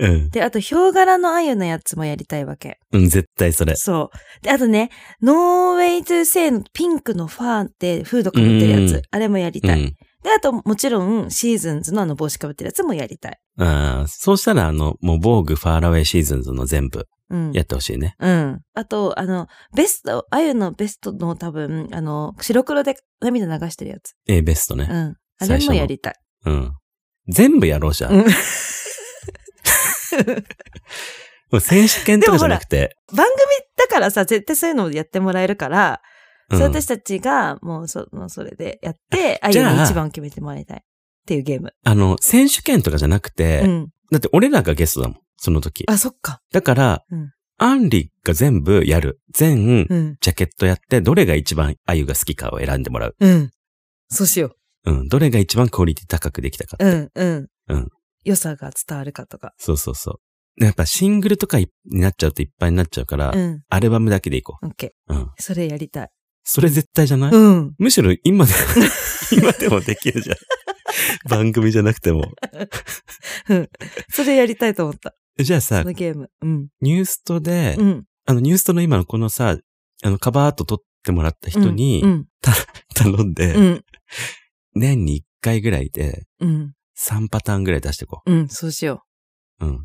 [SPEAKER 1] うん。
[SPEAKER 2] で、あと、ヒョウ柄のあゆのやつもやりたいわけ。
[SPEAKER 1] うん、絶対それ。
[SPEAKER 2] そう。で、あとね、ノーウェイトゥーセイのピンクのファーってフードかぶってるや
[SPEAKER 1] うん
[SPEAKER 2] つ。あれもやり
[SPEAKER 1] う
[SPEAKER 2] たい。
[SPEAKER 1] ん。
[SPEAKER 2] で、あと、もちろん、シーズンズのあの帽子かぶってるやつもやりたい。
[SPEAKER 1] あーそうしたら、あの、もう、防具、ファーラウェイシーズンズの全部
[SPEAKER 2] うん。
[SPEAKER 1] やってほしいね。
[SPEAKER 2] うん。あと、あの、ベスト、あゆのベストの多分、あの、白黒で涙流してるやつ。
[SPEAKER 1] えー、ベスト
[SPEAKER 2] う
[SPEAKER 1] ね。
[SPEAKER 2] ん。あ
[SPEAKER 1] 最
[SPEAKER 2] れも
[SPEAKER 1] 初の
[SPEAKER 2] やりたい。
[SPEAKER 1] うん。全部やろうじゃん。
[SPEAKER 2] う
[SPEAKER 1] も
[SPEAKER 2] ん
[SPEAKER 1] う選手権とかじゃな くて。
[SPEAKER 2] 番組だからさ、絶対そういうのをやってもらえるから、
[SPEAKER 1] う
[SPEAKER 2] そ
[SPEAKER 1] ん
[SPEAKER 2] う私たちが、もう、その、それでやって、あゆ
[SPEAKER 1] じゃあ
[SPEAKER 2] に一番を決めてもらいたい。っていうゲーム。
[SPEAKER 1] あの、選手権とかじゃなくて、
[SPEAKER 2] うん。
[SPEAKER 1] だって俺らがゲストだもん、その時。
[SPEAKER 2] あ、そっか。
[SPEAKER 1] だから、
[SPEAKER 2] うん
[SPEAKER 1] アンリが全部やる。全、
[SPEAKER 2] うん。
[SPEAKER 1] ジャケットやって、どれが一番あゆが好きかを選んでもらう。
[SPEAKER 2] うん。そうしよう。
[SPEAKER 1] うん。どれが一番クオリティ高くできたかって。
[SPEAKER 2] うん、うん。
[SPEAKER 1] うん
[SPEAKER 2] 良さが伝わるかとか。
[SPEAKER 1] そうそうそう。やっぱシングルとかいになっちゃうといっぱいになっちゃうから、
[SPEAKER 2] うん。
[SPEAKER 1] アルバムだけでいこ
[SPEAKER 2] オッケ
[SPEAKER 1] う。うん。
[SPEAKER 2] ー。それやりたい。
[SPEAKER 1] それ絶対じゃない、
[SPEAKER 2] うん。
[SPEAKER 1] むしろ今でも、 今でもできるじゃん。番組じゃなくても。
[SPEAKER 2] それやりたいと思った。
[SPEAKER 1] じゃあさ
[SPEAKER 2] その、ゲーム。うん。
[SPEAKER 1] ニューストで、
[SPEAKER 2] うん。
[SPEAKER 1] あの、ニューストの今のこのさ、あの、カバーアート撮ってもらった人
[SPEAKER 2] う
[SPEAKER 1] に
[SPEAKER 2] ん。
[SPEAKER 1] 頼んで、
[SPEAKER 2] うん。
[SPEAKER 1] 年に1回ぐらいで
[SPEAKER 2] うん。
[SPEAKER 1] 3パターンぐらい出してこ
[SPEAKER 2] うん。そうしよ
[SPEAKER 1] う。うん。
[SPEAKER 2] う。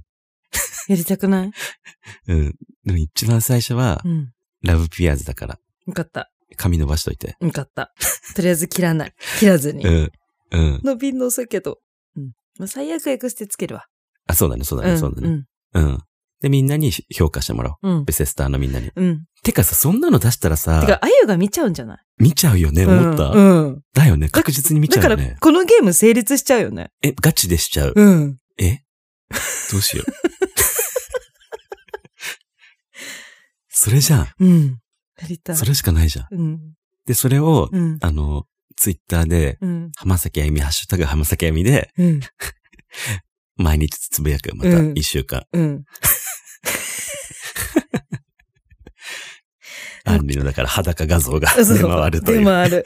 [SPEAKER 2] やりたくない
[SPEAKER 1] うん。でも一番最初は
[SPEAKER 2] う、ん。
[SPEAKER 1] ラブピアーズだから、
[SPEAKER 2] よかった。
[SPEAKER 1] 髪伸ばしといて。
[SPEAKER 2] よかった。とりあえず切らない。切らずに
[SPEAKER 1] う。ん。うん。
[SPEAKER 2] 伸びんの遅いけど。うん。まあ、最悪エクステつけるわ。
[SPEAKER 1] あ、そうだね、そうだね、
[SPEAKER 2] ん
[SPEAKER 1] そうだね。うん。で、みんなに評価してもらおう。
[SPEAKER 2] うん。うん
[SPEAKER 1] ベセスターのみんなに。
[SPEAKER 2] うん。
[SPEAKER 1] てかさ、そんなの出したらさ
[SPEAKER 2] て、か、あゆが見ちゃうんじゃない
[SPEAKER 1] 見ちゃうよね、思った。
[SPEAKER 2] うん。うん
[SPEAKER 1] だよね、確実に見
[SPEAKER 2] だ
[SPEAKER 1] ちゃう
[SPEAKER 2] か
[SPEAKER 1] よ
[SPEAKER 2] ら
[SPEAKER 1] ね、。
[SPEAKER 2] このゲーム成立しちゃうよね。
[SPEAKER 1] え、ガチでしちゃう。
[SPEAKER 2] うん。
[SPEAKER 1] えどうし よう。それじゃ
[SPEAKER 2] うん。やりた
[SPEAKER 1] ん。
[SPEAKER 2] い。
[SPEAKER 1] それしかないじゃん。
[SPEAKER 2] うん。
[SPEAKER 1] で、それを、
[SPEAKER 2] うん。
[SPEAKER 1] あの、ツイッターで、
[SPEAKER 2] うん。
[SPEAKER 1] 浜崎あゆみ、ハッシュタグ浜崎あゆみで、
[SPEAKER 2] うん。
[SPEAKER 1] 毎日つぶやく、また
[SPEAKER 2] うん
[SPEAKER 1] 一週間。
[SPEAKER 2] うん。うん
[SPEAKER 1] アンリのだから裸画像が
[SPEAKER 2] そう
[SPEAKER 1] 出回るとい
[SPEAKER 2] 出
[SPEAKER 1] う。
[SPEAKER 2] 回る。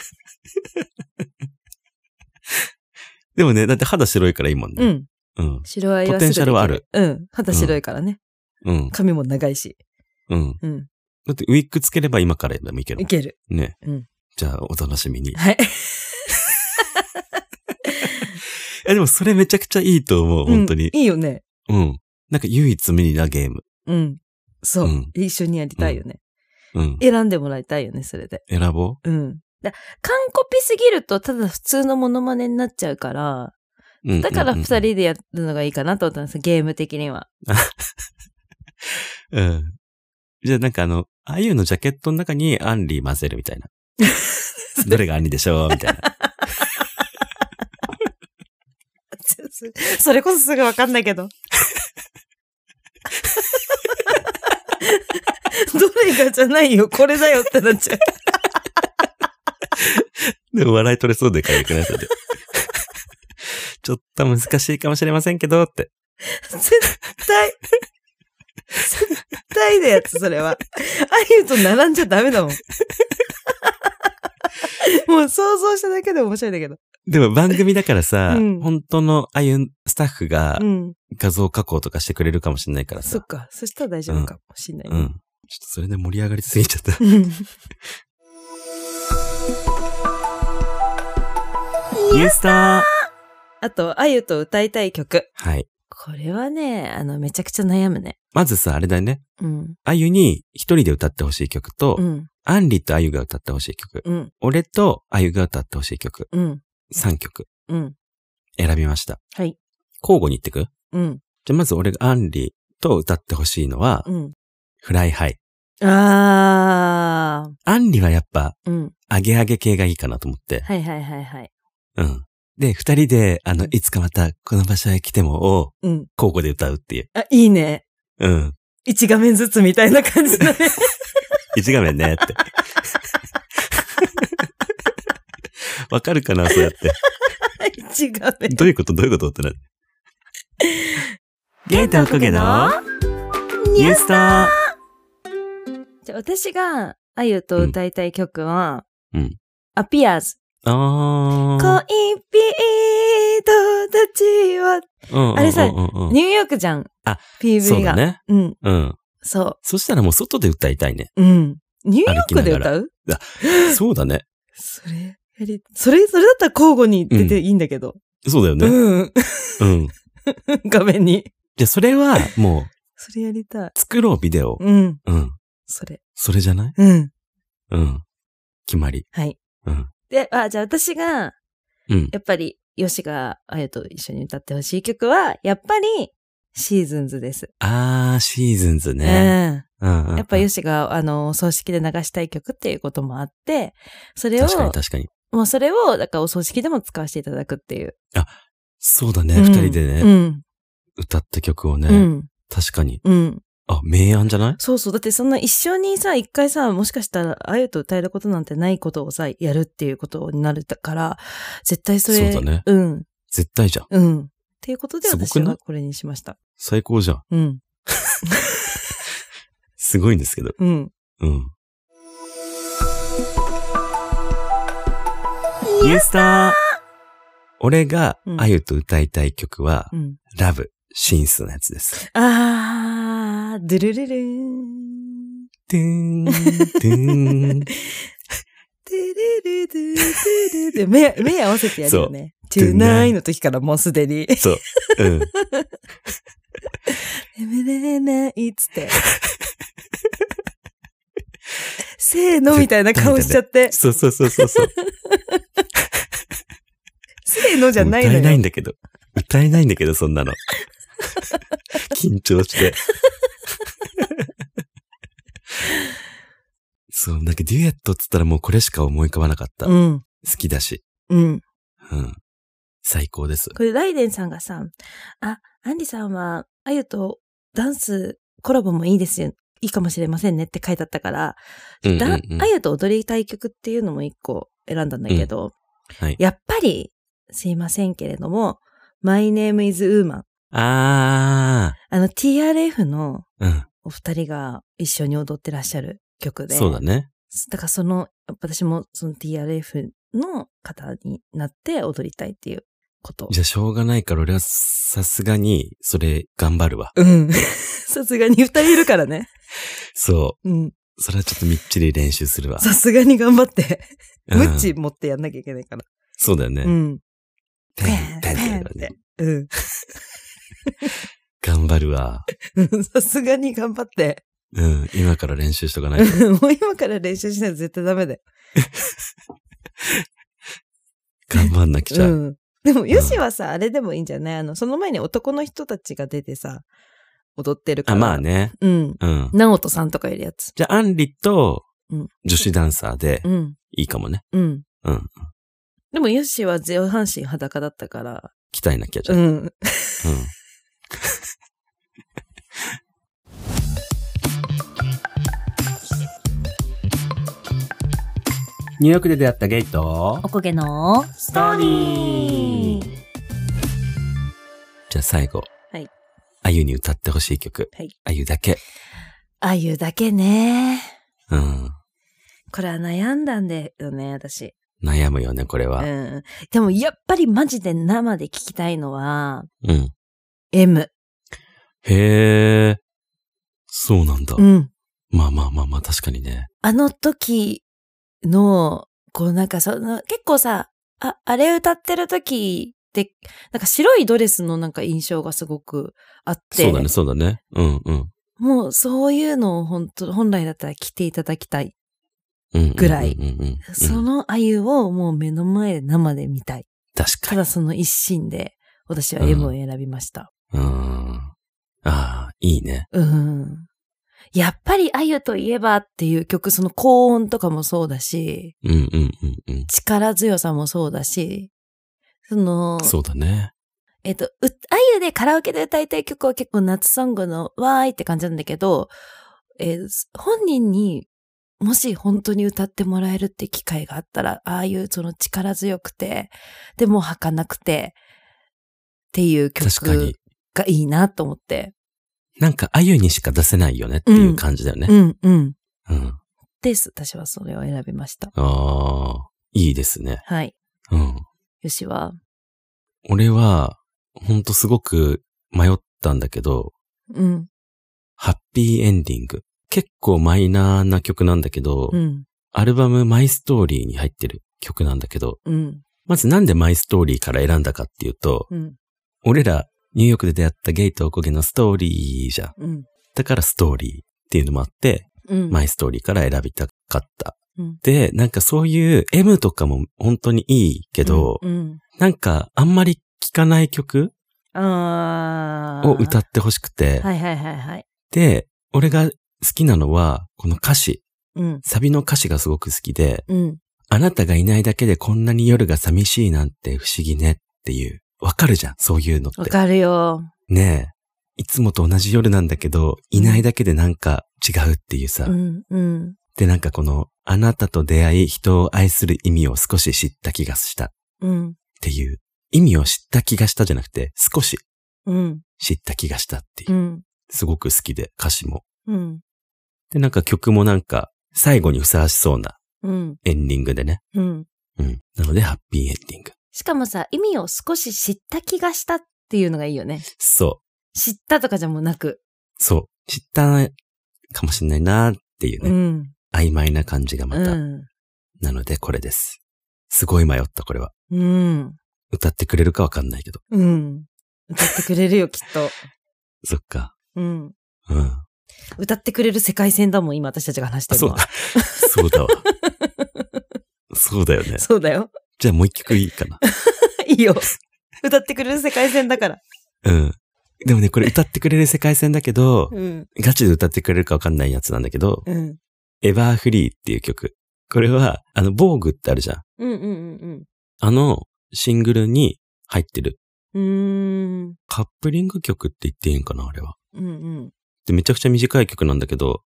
[SPEAKER 1] でもね、だって肌白いからいいもん
[SPEAKER 2] う
[SPEAKER 1] ね。
[SPEAKER 2] ん。
[SPEAKER 1] うん。
[SPEAKER 2] 白あゆはすぐできる
[SPEAKER 1] ポテンシャルはある。
[SPEAKER 2] うん。肌白いからね。
[SPEAKER 1] うん。
[SPEAKER 2] 髪も長いし。
[SPEAKER 1] うん。
[SPEAKER 2] うん。
[SPEAKER 1] だってウィッグつければ今からでもいける
[SPEAKER 2] い。ける。
[SPEAKER 1] ね。
[SPEAKER 2] うん
[SPEAKER 1] じゃあ、お楽しみに。い
[SPEAKER 2] はい。
[SPEAKER 1] や、でもそれめちゃくちゃいいと思う、本当に
[SPEAKER 2] うん。いいよね。
[SPEAKER 1] うん。なんか唯一無二なゲーム。
[SPEAKER 2] うん。そう
[SPEAKER 1] うん。
[SPEAKER 2] 一緒にやりたいよね。
[SPEAKER 1] うん。
[SPEAKER 2] 選んでもらいたいよね、それで。
[SPEAKER 1] 選ぼ
[SPEAKER 2] う
[SPEAKER 1] う
[SPEAKER 2] ん。だ完コピすぎると、ただ普通のモノマネになっちゃうから、だから二人
[SPEAKER 1] うん
[SPEAKER 2] でやるのがいいかなと思ったんですゲーム的には。
[SPEAKER 1] うんうん。うんじゃあなんかあの、あゆのジャケットの中にアンリー混ぜるみた いな。どれがアンリーでしょうみたいな。
[SPEAKER 2] それこそすぐわかんないけ ど。どれがじゃないよ、これだよってなっちゃう。
[SPEAKER 1] でも笑い取れそうでかゆくな ったで。ちょっと難しいかもしれませんけどって。
[SPEAKER 2] 絶対、絶対のやつ、それは。あゆと並んじゃダメだもん。 もう想像しただけで面白いんだけど。
[SPEAKER 1] でも番組だからさ、
[SPEAKER 2] うん
[SPEAKER 1] 本当のあゆスタッフが
[SPEAKER 2] うん。
[SPEAKER 1] 画像加工とかしてくれるかもしれないから
[SPEAKER 2] そっ
[SPEAKER 1] さ。
[SPEAKER 2] か。そしたら大丈夫かもしんない。
[SPEAKER 1] うん。ちょっとそれで盛り上がりすぎち ゃった。ニュースター
[SPEAKER 2] あと、あゆと歌いたい曲。
[SPEAKER 1] はい。
[SPEAKER 2] これはね、あの、めちゃくちゃ悩むね。
[SPEAKER 1] まずさ、あれだよね。
[SPEAKER 2] うん。
[SPEAKER 1] あゆに一人で歌ってほしい曲と、
[SPEAKER 2] うん。
[SPEAKER 1] アンリとあゆが歌ってほしい曲。
[SPEAKER 2] うん。
[SPEAKER 1] 俺とあゆが歌ってほしい曲。
[SPEAKER 2] うん。
[SPEAKER 1] 3曲
[SPEAKER 2] うん。
[SPEAKER 1] 選びました。
[SPEAKER 2] はい。
[SPEAKER 1] 交互に言ってく
[SPEAKER 2] うん。
[SPEAKER 1] じゃ、まず俺がアンリと歌ってほしいのは、
[SPEAKER 2] うん。
[SPEAKER 1] フライハイ。
[SPEAKER 2] あ
[SPEAKER 1] アンリはやっぱ、
[SPEAKER 2] ー。うん。
[SPEAKER 1] アゲアゲ系がいいかなと思って。
[SPEAKER 2] はいはいはいはい。
[SPEAKER 1] うん。で、二人で、あの
[SPEAKER 2] う、ん
[SPEAKER 1] いつかまたこの場所へ来てもを
[SPEAKER 2] うん。
[SPEAKER 1] 交互で歌うっていう。
[SPEAKER 2] あ、いいね。
[SPEAKER 1] うん。
[SPEAKER 2] 一画面ずつみたいな感じ だね。
[SPEAKER 1] 一画面ねって。 わかるかなそうやって。
[SPEAKER 2] 一画面。
[SPEAKER 1] どういうことどういうこと ってなる。ゲートおこげのニュースター
[SPEAKER 2] じゃあ私が、あゆと歌いたい曲は、
[SPEAKER 1] うんうん
[SPEAKER 2] アピアーズ。
[SPEAKER 1] あ
[SPEAKER 2] 恋
[SPEAKER 1] ー。
[SPEAKER 2] 人たちは、
[SPEAKER 1] うんうんうんうん
[SPEAKER 2] あれさニューヨークじゃん。
[SPEAKER 1] あ、そう
[SPEAKER 2] PV
[SPEAKER 1] だ
[SPEAKER 2] が。
[SPEAKER 1] ね。
[SPEAKER 2] うん。
[SPEAKER 1] うん。
[SPEAKER 2] そ
[SPEAKER 1] そしたらもう 外で歌いたいね。
[SPEAKER 2] う。うん。ニューヨークで
[SPEAKER 1] 歩きなが
[SPEAKER 2] 歌う
[SPEAKER 1] そうだね。
[SPEAKER 2] それ、やりそれ、それだったら交互に出ていいんだけど。
[SPEAKER 1] そうだよ
[SPEAKER 2] う
[SPEAKER 1] ね。
[SPEAKER 2] ん。
[SPEAKER 1] うん。じ
[SPEAKER 2] 画面に。
[SPEAKER 1] ゃあそ れは、もう、
[SPEAKER 2] それやりたい。
[SPEAKER 1] 作ろうビデオ。
[SPEAKER 2] うん。
[SPEAKER 1] うん。
[SPEAKER 2] それ。
[SPEAKER 1] それじゃない
[SPEAKER 2] うん。
[SPEAKER 1] うん。決まり。
[SPEAKER 2] はい。
[SPEAKER 1] うん。
[SPEAKER 2] で、あ、じゃあ私が、
[SPEAKER 1] うん。
[SPEAKER 2] やっぱり、ヨシが、あやと一緒に歌ってほしい曲は、やっぱり、シーズンズです。
[SPEAKER 1] あー、シーズンズね。うんうんう。
[SPEAKER 2] うんん。やっぱヨシが、あの、お葬式で流したい曲っていうこともあって、それを、
[SPEAKER 1] 確かに確かに。
[SPEAKER 2] もうそれを、だからお葬式でも使わせていただくっていう。
[SPEAKER 1] そうだね、
[SPEAKER 2] うん
[SPEAKER 1] 二人でね、
[SPEAKER 2] うん。
[SPEAKER 1] 歌った曲を
[SPEAKER 2] う
[SPEAKER 1] ね、
[SPEAKER 2] ん。
[SPEAKER 1] 確かに。
[SPEAKER 2] うん。
[SPEAKER 1] あ、名案じゃない
[SPEAKER 2] そうそう。だってそんな一生にさ、一回さ、もしかしたら、あゆと歌えることなんてないことをさ、やるっていうことになるから、絶対それ。
[SPEAKER 1] そうだね
[SPEAKER 2] うん。
[SPEAKER 1] 絶対じゃん。
[SPEAKER 2] うん。っていうことです
[SPEAKER 1] ご
[SPEAKER 2] 私
[SPEAKER 1] くない
[SPEAKER 2] はこれにしました。
[SPEAKER 1] 最高じゃん。
[SPEAKER 2] うん。
[SPEAKER 1] すごいんですけど。
[SPEAKER 2] うん。
[SPEAKER 1] うん。ユースター俺が
[SPEAKER 2] うん
[SPEAKER 1] あゆと歌いたい曲は、
[SPEAKER 2] うん。
[SPEAKER 1] ラブ、シンスのやつです。
[SPEAKER 2] あー、ドゥルルルーン。
[SPEAKER 1] てん、てん、
[SPEAKER 2] ドゥルルドゥルルル目、目合わせてやるよね。ト
[SPEAKER 1] そう
[SPEAKER 2] ゥナイの時からもうすでに。
[SPEAKER 1] そう。うん。
[SPEAKER 2] 眠れないっつって。せーのみたいな顔しちゃって。
[SPEAKER 1] そうそうそうそうそう。
[SPEAKER 2] せーのじゃないの
[SPEAKER 1] 歌
[SPEAKER 2] よ。
[SPEAKER 1] えないんだけど。歌えないんだけど、そんなの。緊張して。そう、なんかデュエットっつったらもうこれしか思い浮かばなかった。
[SPEAKER 2] う
[SPEAKER 1] 好
[SPEAKER 2] ん。
[SPEAKER 1] きだし。
[SPEAKER 2] うん。
[SPEAKER 1] うん。最高です。
[SPEAKER 2] これ、ライデンさんがさ、あ、アンリさんは、あゆとダンスコラボもいいですよ。いいかもしれませんねって書いてあったから、
[SPEAKER 1] うんうん
[SPEAKER 2] だ
[SPEAKER 1] うん
[SPEAKER 2] あゆと踊りたい曲っていうのも一個選んだんだけど、
[SPEAKER 1] はい
[SPEAKER 2] やっぱり、すいませんけれども、My Name is Woman。
[SPEAKER 1] あ
[SPEAKER 2] あの、TRF の
[SPEAKER 1] ー。うん。
[SPEAKER 2] お二人が一緒に踊ってらっしゃる曲で。
[SPEAKER 1] そうだね。
[SPEAKER 2] だからその、私もその TRF の方になって踊りたいっていうこと。
[SPEAKER 1] じゃあしょうがないから俺はさすがにそれ頑張るわ。
[SPEAKER 2] うん。 さすがに二人いるからね。
[SPEAKER 1] そ
[SPEAKER 2] うん。
[SPEAKER 1] う。それはちょっとみっちり練習するわ。
[SPEAKER 2] さすがに頑張って。
[SPEAKER 1] うん
[SPEAKER 2] ムッチ持ってやんなきゃいけないから。
[SPEAKER 1] そうだよね。
[SPEAKER 2] うん。
[SPEAKER 1] ペン、ペンペン
[SPEAKER 2] ペ
[SPEAKER 1] ね。
[SPEAKER 2] うん。
[SPEAKER 1] 頑張るわ。
[SPEAKER 2] うん さすがに頑張って。
[SPEAKER 1] うん。今から練習しとかないと。
[SPEAKER 2] もう今から練習しないと絶対ダメだよ。
[SPEAKER 1] 頑張んなくち
[SPEAKER 2] う
[SPEAKER 1] ゃ。
[SPEAKER 2] ん。でも、ヨシはさ、あれでもいいんじゃないあの、その前に男の人たちが出てさ、踊ってるか
[SPEAKER 1] あ、
[SPEAKER 2] ら。
[SPEAKER 1] まあ。ね。
[SPEAKER 2] うん。
[SPEAKER 1] うん。
[SPEAKER 2] ナオトさんとかいるやつ。
[SPEAKER 1] じゃあ、アンリと
[SPEAKER 2] うん
[SPEAKER 1] 女子ダンサーで
[SPEAKER 2] うん。
[SPEAKER 1] いいかもね。
[SPEAKER 2] うん。
[SPEAKER 1] うん。
[SPEAKER 2] でも、ヨシは上半身裸だったから。
[SPEAKER 1] 鍛えなきゃじゃ
[SPEAKER 2] う
[SPEAKER 1] あ。うん。
[SPEAKER 2] ん。
[SPEAKER 1] ニューヨークで出会ったゲイと、
[SPEAKER 2] こげのストーリー
[SPEAKER 1] じゃあ最後。
[SPEAKER 2] はい。
[SPEAKER 1] あゆに歌ってほしい曲。
[SPEAKER 2] はい。
[SPEAKER 1] あゆだけ。
[SPEAKER 2] あゆだけね。
[SPEAKER 1] うん。
[SPEAKER 2] これは悩んだんだよね、私。
[SPEAKER 1] 悩むよね、これ
[SPEAKER 2] う
[SPEAKER 1] は。
[SPEAKER 2] ん。でもやっぱりマジで生で聞きたいのは、
[SPEAKER 1] うん。
[SPEAKER 2] M。
[SPEAKER 1] へえ。そうなんだ。
[SPEAKER 2] うん。
[SPEAKER 1] まあまあまあまあ、確かにね。
[SPEAKER 2] あの時の、こうなんかその、結構さ、あ、あれ歌ってる時って、なんか白いドレスのなんか印象がすごくあって。
[SPEAKER 1] そうだね、そうだね。うんうん。
[SPEAKER 2] もうそういうのを本当本来だったら着ていただきたい。
[SPEAKER 1] うんうんうん
[SPEAKER 2] ぐらい
[SPEAKER 1] うんうんうん
[SPEAKER 2] そのあゆをもう目の前で生で見たい。
[SPEAKER 1] 確か
[SPEAKER 2] た
[SPEAKER 1] に。
[SPEAKER 2] だその一心で、私は
[SPEAKER 1] うん
[SPEAKER 2] M を選びました。
[SPEAKER 1] うーん。ああ、いいね。
[SPEAKER 2] うん。やっぱりあゆといえばっていう曲、その高音とかもそうだし、
[SPEAKER 1] うんうんうんうん。
[SPEAKER 2] 力強さもそうだし、その、
[SPEAKER 1] そうだね。
[SPEAKER 2] えっ、と、うあゆでカラオケで歌いたい曲は結構夏ソングのわーいって感じなんだけど、えー本人にもし本当に歌ってもらえるって機会があったら、ああいうその力強くて、でも儚くて、っていう
[SPEAKER 1] 確かに
[SPEAKER 2] 曲。がいいなと思って。
[SPEAKER 1] なんか、あゆにしか出せないよねっていう感じだよね。
[SPEAKER 2] うんうん。
[SPEAKER 1] うん。
[SPEAKER 2] です。私はそれを選びました。
[SPEAKER 1] ああ、いいですね。
[SPEAKER 2] はい。
[SPEAKER 1] うん。
[SPEAKER 2] よしは。
[SPEAKER 1] 俺は、ほんとすごく迷ったんだけど、
[SPEAKER 2] うん。
[SPEAKER 1] ハッピーエンディング。結構マイナーな曲なんだけど、
[SPEAKER 2] うん。
[SPEAKER 1] アルバムマイストーリーに入ってる曲なんだけど、
[SPEAKER 2] うん。
[SPEAKER 1] まずなんでマイストーリーから選んだかっていうと、
[SPEAKER 2] うん。
[SPEAKER 1] 俺らニューヨークで出会ったゲイとおこげのストーリーじゃん。
[SPEAKER 2] うん。
[SPEAKER 1] だからストーリーっていうのもあって、
[SPEAKER 2] うん。
[SPEAKER 1] マイストーリーから選びたかった。
[SPEAKER 2] うん
[SPEAKER 1] で、なんかそういう M とかも本当にいいけど、
[SPEAKER 2] うん。
[SPEAKER 1] なんかあんまり聴かない曲
[SPEAKER 2] ああ。
[SPEAKER 1] を歌ってほしくて、
[SPEAKER 2] はいはいはいはい。
[SPEAKER 1] で、俺が好きなのは、この歌詞、
[SPEAKER 2] うん。
[SPEAKER 1] サビの歌詞がすごく好きで、
[SPEAKER 2] うん。
[SPEAKER 1] あなたがいないだけでこんなに夜が寂しいなんて不思議ねっていう、わかるじゃん、そういうのっ
[SPEAKER 2] わ
[SPEAKER 1] て。
[SPEAKER 2] かるよ。
[SPEAKER 1] ねえ。いつもと同じ夜なんだけど、いないだけでなんか違うっていうさ。
[SPEAKER 2] うん。うん。
[SPEAKER 1] で、なんかこの、あなたと出会い、人を愛する意味を少し知った気がしたっ
[SPEAKER 2] うん。
[SPEAKER 1] ていう、意味を知った気がしたじゃなくて、少し
[SPEAKER 2] うん。
[SPEAKER 1] 知った気がしたっていう
[SPEAKER 2] う、ん。
[SPEAKER 1] すごく好きで、歌詞も。
[SPEAKER 2] うん。
[SPEAKER 1] で、なんか曲もなんか、最後にふさわしそうな
[SPEAKER 2] うん。
[SPEAKER 1] エンディングでね。
[SPEAKER 2] うん。
[SPEAKER 1] うん。なので、ハッピーエンディング。
[SPEAKER 2] しかもさ、意味を少し知った気がしたっていうのがいいよね。
[SPEAKER 1] そ
[SPEAKER 2] 知ったとかじゃもうなく。
[SPEAKER 1] う。そう。知ったかもしんないなーっていう
[SPEAKER 2] う
[SPEAKER 1] ね、
[SPEAKER 2] ん。
[SPEAKER 1] 曖昧な感じがまた。
[SPEAKER 2] うん。
[SPEAKER 1] なので、これです。すごい迷った、これは。
[SPEAKER 2] うん。
[SPEAKER 1] 歌ってくれるかわかんないけど。
[SPEAKER 2] うん。歌ってくれるよ、きっと。
[SPEAKER 1] そっか。
[SPEAKER 2] うん。
[SPEAKER 1] うん。
[SPEAKER 2] 歌ってくれる世界線だもん、今私たちが話して
[SPEAKER 1] あ
[SPEAKER 2] るの
[SPEAKER 1] そ
[SPEAKER 2] は。
[SPEAKER 1] うだ。そ うだわ。そうだよね。
[SPEAKER 2] そうだよ。
[SPEAKER 1] じゃあもう一曲いいかな。
[SPEAKER 2] いいよ。歌ってくれる世界線だから。
[SPEAKER 1] うん。でもね、これ歌ってくれる世界線だけど、
[SPEAKER 2] うん。
[SPEAKER 1] ガチで歌ってくれるかわかんないやつなんだけど、
[SPEAKER 2] うん。
[SPEAKER 1] エバーフリーっていう曲。これは、あの、防具ってあるじゃん。
[SPEAKER 2] うんうんうん
[SPEAKER 1] あの、シングルに入ってる。
[SPEAKER 2] うん。うーん。
[SPEAKER 1] カップリング曲って言っていいんかな、あれは。
[SPEAKER 2] うんうん。
[SPEAKER 1] で、めちゃくちゃ短い曲なんだけど、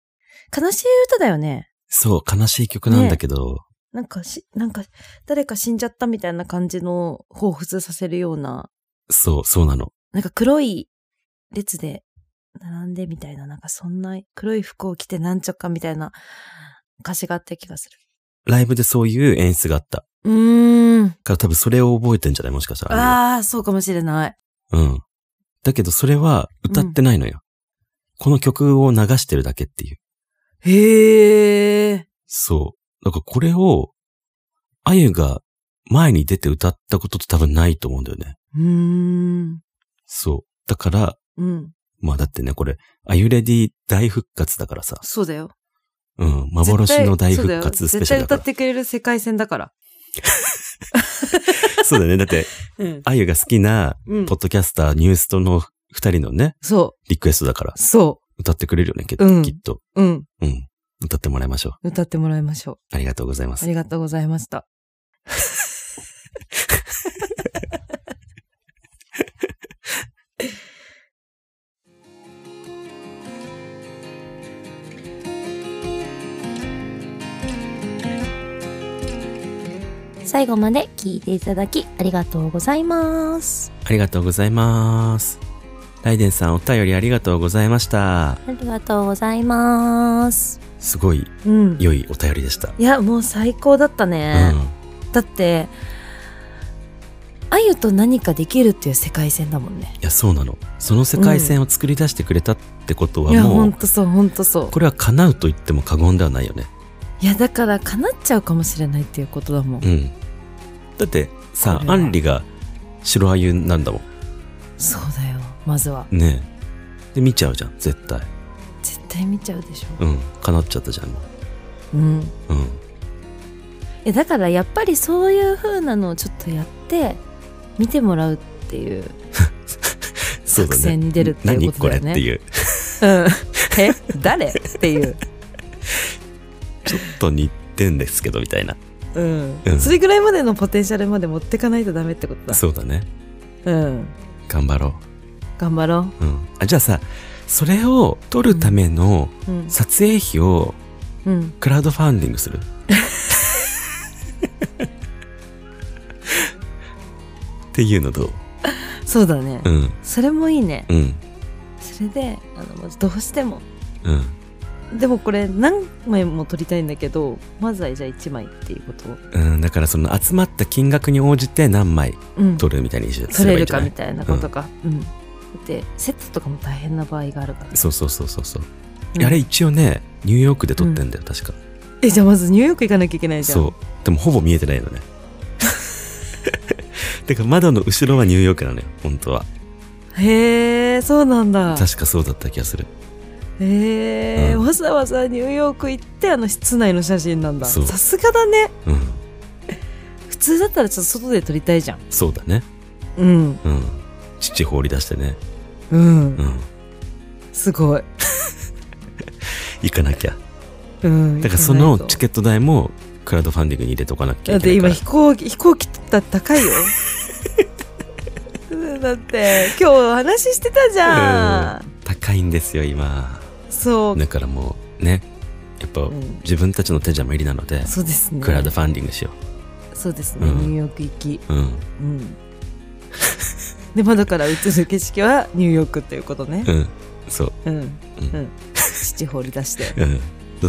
[SPEAKER 2] 悲しい歌だよね。
[SPEAKER 1] そう、悲しい曲なんだけど、
[SPEAKER 2] なんかし、なんか、誰か死んじゃったみたいな感じの彷彿させるような、
[SPEAKER 1] そう、そうなの。
[SPEAKER 2] なんか黒い列で並んでみたいな、なんかそんな黒い服を着てなんちゃかみたいな歌詞があった気がす
[SPEAKER 1] ライブでそういう演出があった。
[SPEAKER 2] る。うーん。
[SPEAKER 1] から多分それを覚えてんじゃないもしかしたら。
[SPEAKER 2] ああ、そうかもしれない。
[SPEAKER 1] うん。だけどそれは歌ってないのよ。この曲を流してるだけっていう。
[SPEAKER 2] へえ。
[SPEAKER 1] そう。だからこれを、あゆが前に出て歌ったことって多分ないと思うんだよね。
[SPEAKER 2] うーん。
[SPEAKER 1] そう。だから、
[SPEAKER 2] うん。
[SPEAKER 1] まあだってね、これ、あゆレディ大復活だからさ。
[SPEAKER 2] そうだよ。
[SPEAKER 1] うん。幻の大復活スペシャル
[SPEAKER 2] 絶対そうだよ絶対
[SPEAKER 1] だ
[SPEAKER 2] 歌
[SPEAKER 1] か
[SPEAKER 2] ってくれる世界線だから。
[SPEAKER 1] ら。 そうだね。だって、
[SPEAKER 2] うん。
[SPEAKER 1] あゆが好きな、
[SPEAKER 2] うん
[SPEAKER 1] ポッドキャスター、ニュースとの二人のね、
[SPEAKER 2] そ
[SPEAKER 1] リクエストだから
[SPEAKER 2] う。、そ
[SPEAKER 1] 歌ってくれるよね、きっ
[SPEAKER 2] うん
[SPEAKER 1] と。きっと
[SPEAKER 2] う。うん。
[SPEAKER 1] うん。歌ってもらいましょう。
[SPEAKER 2] 歌ってもらいましょ
[SPEAKER 1] ありがとうございま
[SPEAKER 2] う。あ
[SPEAKER 1] す。
[SPEAKER 2] りがとうございました。
[SPEAKER 5] 最後まで聞いていただきありがとうございます。
[SPEAKER 1] ありがとうございます。ライデンさんお便りありがとうございました。
[SPEAKER 5] ありがとうございます。
[SPEAKER 1] すごい
[SPEAKER 2] うん。
[SPEAKER 1] 良いお便りでした。
[SPEAKER 2] いや、もう最高だったね。だって、あゆと何かできるっていう世界線だもんね。
[SPEAKER 1] いや、そうなの。その世界線を作り出してくれたってことはい
[SPEAKER 2] や、
[SPEAKER 1] も
[SPEAKER 2] ほ
[SPEAKER 1] う、
[SPEAKER 2] んとそう、ほんとそう。
[SPEAKER 1] これは叶うと言っても過言ではないよね。
[SPEAKER 2] いや、だから叶っちゃうかもしれないっていうことだもん。
[SPEAKER 1] うん。だってさ
[SPEAKER 2] こ、れは
[SPEAKER 1] アンリが白あゆなんだも
[SPEAKER 2] そうだよ。まずは。
[SPEAKER 1] ん。ねえ。で、見ちゃうじゃん、絶対。
[SPEAKER 2] 絶対見ちゃうでしょ。
[SPEAKER 1] うん。叶っちゃったじゃん。
[SPEAKER 2] うん。
[SPEAKER 1] うん。
[SPEAKER 2] えだからやっぱりそういう風なのをちょっとやって見てもらうっていう
[SPEAKER 1] そう
[SPEAKER 2] 作
[SPEAKER 1] だ
[SPEAKER 2] 戦に出るっていうことだよね
[SPEAKER 1] 何これっていう。
[SPEAKER 2] うん え誰っていう、
[SPEAKER 1] ちょっと似てんですけど、みた いな。
[SPEAKER 2] うん
[SPEAKER 1] うん
[SPEAKER 2] それぐらいまでのポテンシャルまで持ってかないとダメってことだ
[SPEAKER 1] そうだね。
[SPEAKER 2] うん
[SPEAKER 1] 頑張ろう。
[SPEAKER 2] 頑張ろ
[SPEAKER 1] うん、あじゃあさそれを撮るための
[SPEAKER 2] ううん、
[SPEAKER 1] 撮影費を
[SPEAKER 2] うん、
[SPEAKER 1] クラウドファンディングするっていうのどう
[SPEAKER 2] そうだね、
[SPEAKER 1] うん
[SPEAKER 2] それもいいね
[SPEAKER 1] うん
[SPEAKER 2] それであのもうどうしても
[SPEAKER 1] うん
[SPEAKER 2] でもこれ何枚も撮りたいんだけどまずはじゃあ1枚っていうことを、
[SPEAKER 1] うん、だからその集まった金額に応じて何枚
[SPEAKER 2] うん、
[SPEAKER 1] 撮るみたいにしす
[SPEAKER 2] 撮
[SPEAKER 1] れ
[SPEAKER 2] れ
[SPEAKER 1] ばいいん
[SPEAKER 2] る
[SPEAKER 1] じゃ
[SPEAKER 2] か
[SPEAKER 1] な
[SPEAKER 2] みた
[SPEAKER 1] い
[SPEAKER 2] いなことかうん、だってセットとかも大変な場合があるから、
[SPEAKER 1] そうそうそうそうそう、
[SPEAKER 2] うん
[SPEAKER 1] あれ一応ねニューヨークで撮ってんだよ確か、
[SPEAKER 2] えじゃあまずニューヨーク行かなきゃいけないじゃん
[SPEAKER 1] そうでもほぼ見えてないのねてか窓の後ろはニューヨークなのよ本当は
[SPEAKER 2] へえ、そうなんだ。
[SPEAKER 1] 確かそうだった気がする
[SPEAKER 2] へえ、
[SPEAKER 1] うん
[SPEAKER 2] わざわざニューヨーク行ってあの室内の写真なんだ。
[SPEAKER 1] そう
[SPEAKER 2] さすがだね。
[SPEAKER 1] うん
[SPEAKER 2] 普通だったらちょっと外で撮りたいじゃん。
[SPEAKER 1] そうだね
[SPEAKER 2] うん。
[SPEAKER 1] うん父放り出してね
[SPEAKER 2] うん
[SPEAKER 1] う。ん
[SPEAKER 2] すごい。
[SPEAKER 1] 行かなきゃ
[SPEAKER 2] うん。
[SPEAKER 1] だからそのチ
[SPEAKER 2] 近
[SPEAKER 1] ケット代もクラウドファンディングに入れとかなき
[SPEAKER 2] だ
[SPEAKER 1] ゃ
[SPEAKER 2] っ
[SPEAKER 1] いけ
[SPEAKER 2] て
[SPEAKER 1] ない
[SPEAKER 2] 今
[SPEAKER 1] から
[SPEAKER 2] 飛行機、飛行機だって高いよ。 だって今日お話ししてたじゃん。
[SPEAKER 1] 高いんですよ今
[SPEAKER 2] そう。
[SPEAKER 1] だからもうねやっぱ
[SPEAKER 2] うん
[SPEAKER 1] 自分たちの手じゃ無理なので
[SPEAKER 2] そうですね。
[SPEAKER 1] クラウドファンディングしよ
[SPEAKER 2] そうですね。
[SPEAKER 1] うん
[SPEAKER 2] ニューヨーク行き。
[SPEAKER 1] ううん
[SPEAKER 2] うん。で、まあだから映る景色はニューヨークということね
[SPEAKER 1] う。んそう
[SPEAKER 2] うん。うん。父放り出して。
[SPEAKER 1] うん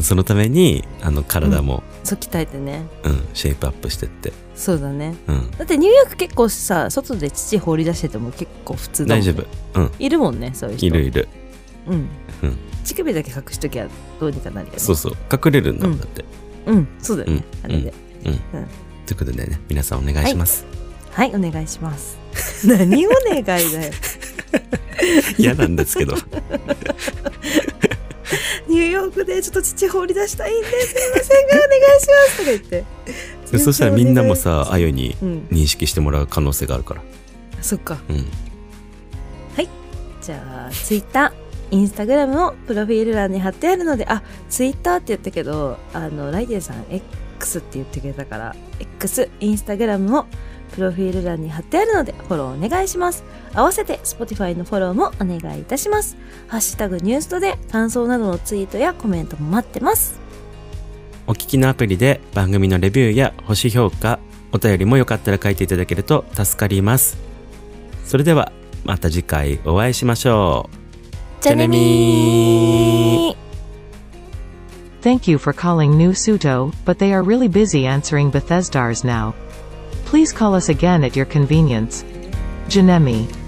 [SPEAKER 1] そのためにあの体も、
[SPEAKER 2] そう鍛えてね。
[SPEAKER 1] うんシェイプアップしてって、
[SPEAKER 2] そうだね。
[SPEAKER 1] うん、
[SPEAKER 2] だってニューヨーク結構さ、外で父放り出してても結構普通だも
[SPEAKER 1] 大
[SPEAKER 2] ん、
[SPEAKER 1] 丈
[SPEAKER 2] ね。
[SPEAKER 1] 夫。
[SPEAKER 2] いるもんね、そういう人。
[SPEAKER 1] いるいる
[SPEAKER 2] うん。
[SPEAKER 1] うん
[SPEAKER 2] 乳首だけ隠しときゃどうにかなるよね。
[SPEAKER 1] そうそう隠れるんだもんだって、
[SPEAKER 2] うん、そうだよね。
[SPEAKER 1] う
[SPEAKER 2] あ
[SPEAKER 1] ん
[SPEAKER 2] れで。
[SPEAKER 1] ということでね皆さんお願いします
[SPEAKER 2] はい、お願いします。 何お願いだよ。
[SPEAKER 1] 嫌、なんですけど
[SPEAKER 2] ニューヨークでちょっと父放り出したいんです。すいませんが、お願いしますとか言って。
[SPEAKER 1] でそしたらみんなもさあゆに
[SPEAKER 2] うん。
[SPEAKER 1] 認識してもらう可能性があるから
[SPEAKER 2] そっか。
[SPEAKER 1] うん
[SPEAKER 2] じゃあ、ツイッター、インスタグラムをプロフィール欄に貼ってあるので、あ、ツイッターって言ったけど、あの、ライデンさん X って言ってくれたから、X、インスタグラムもプロフィール欄に貼ってあるので、フォローお願いします。合わせて Spotify のフォローもお願いいたします。ハッシュタグニュースとで感想などのツイートやコメントも待ってます。
[SPEAKER 1] お聞きのアプリで番組のレビューや星評価、お便りもよかったら書いていただけると助かります。それではまた次回お会いしましょう。
[SPEAKER 5] じゃねみー。
[SPEAKER 3] Thank you for calling New Suto, but they are really busy answering Bethesdars now. Please call us again at your convenience. Janemi.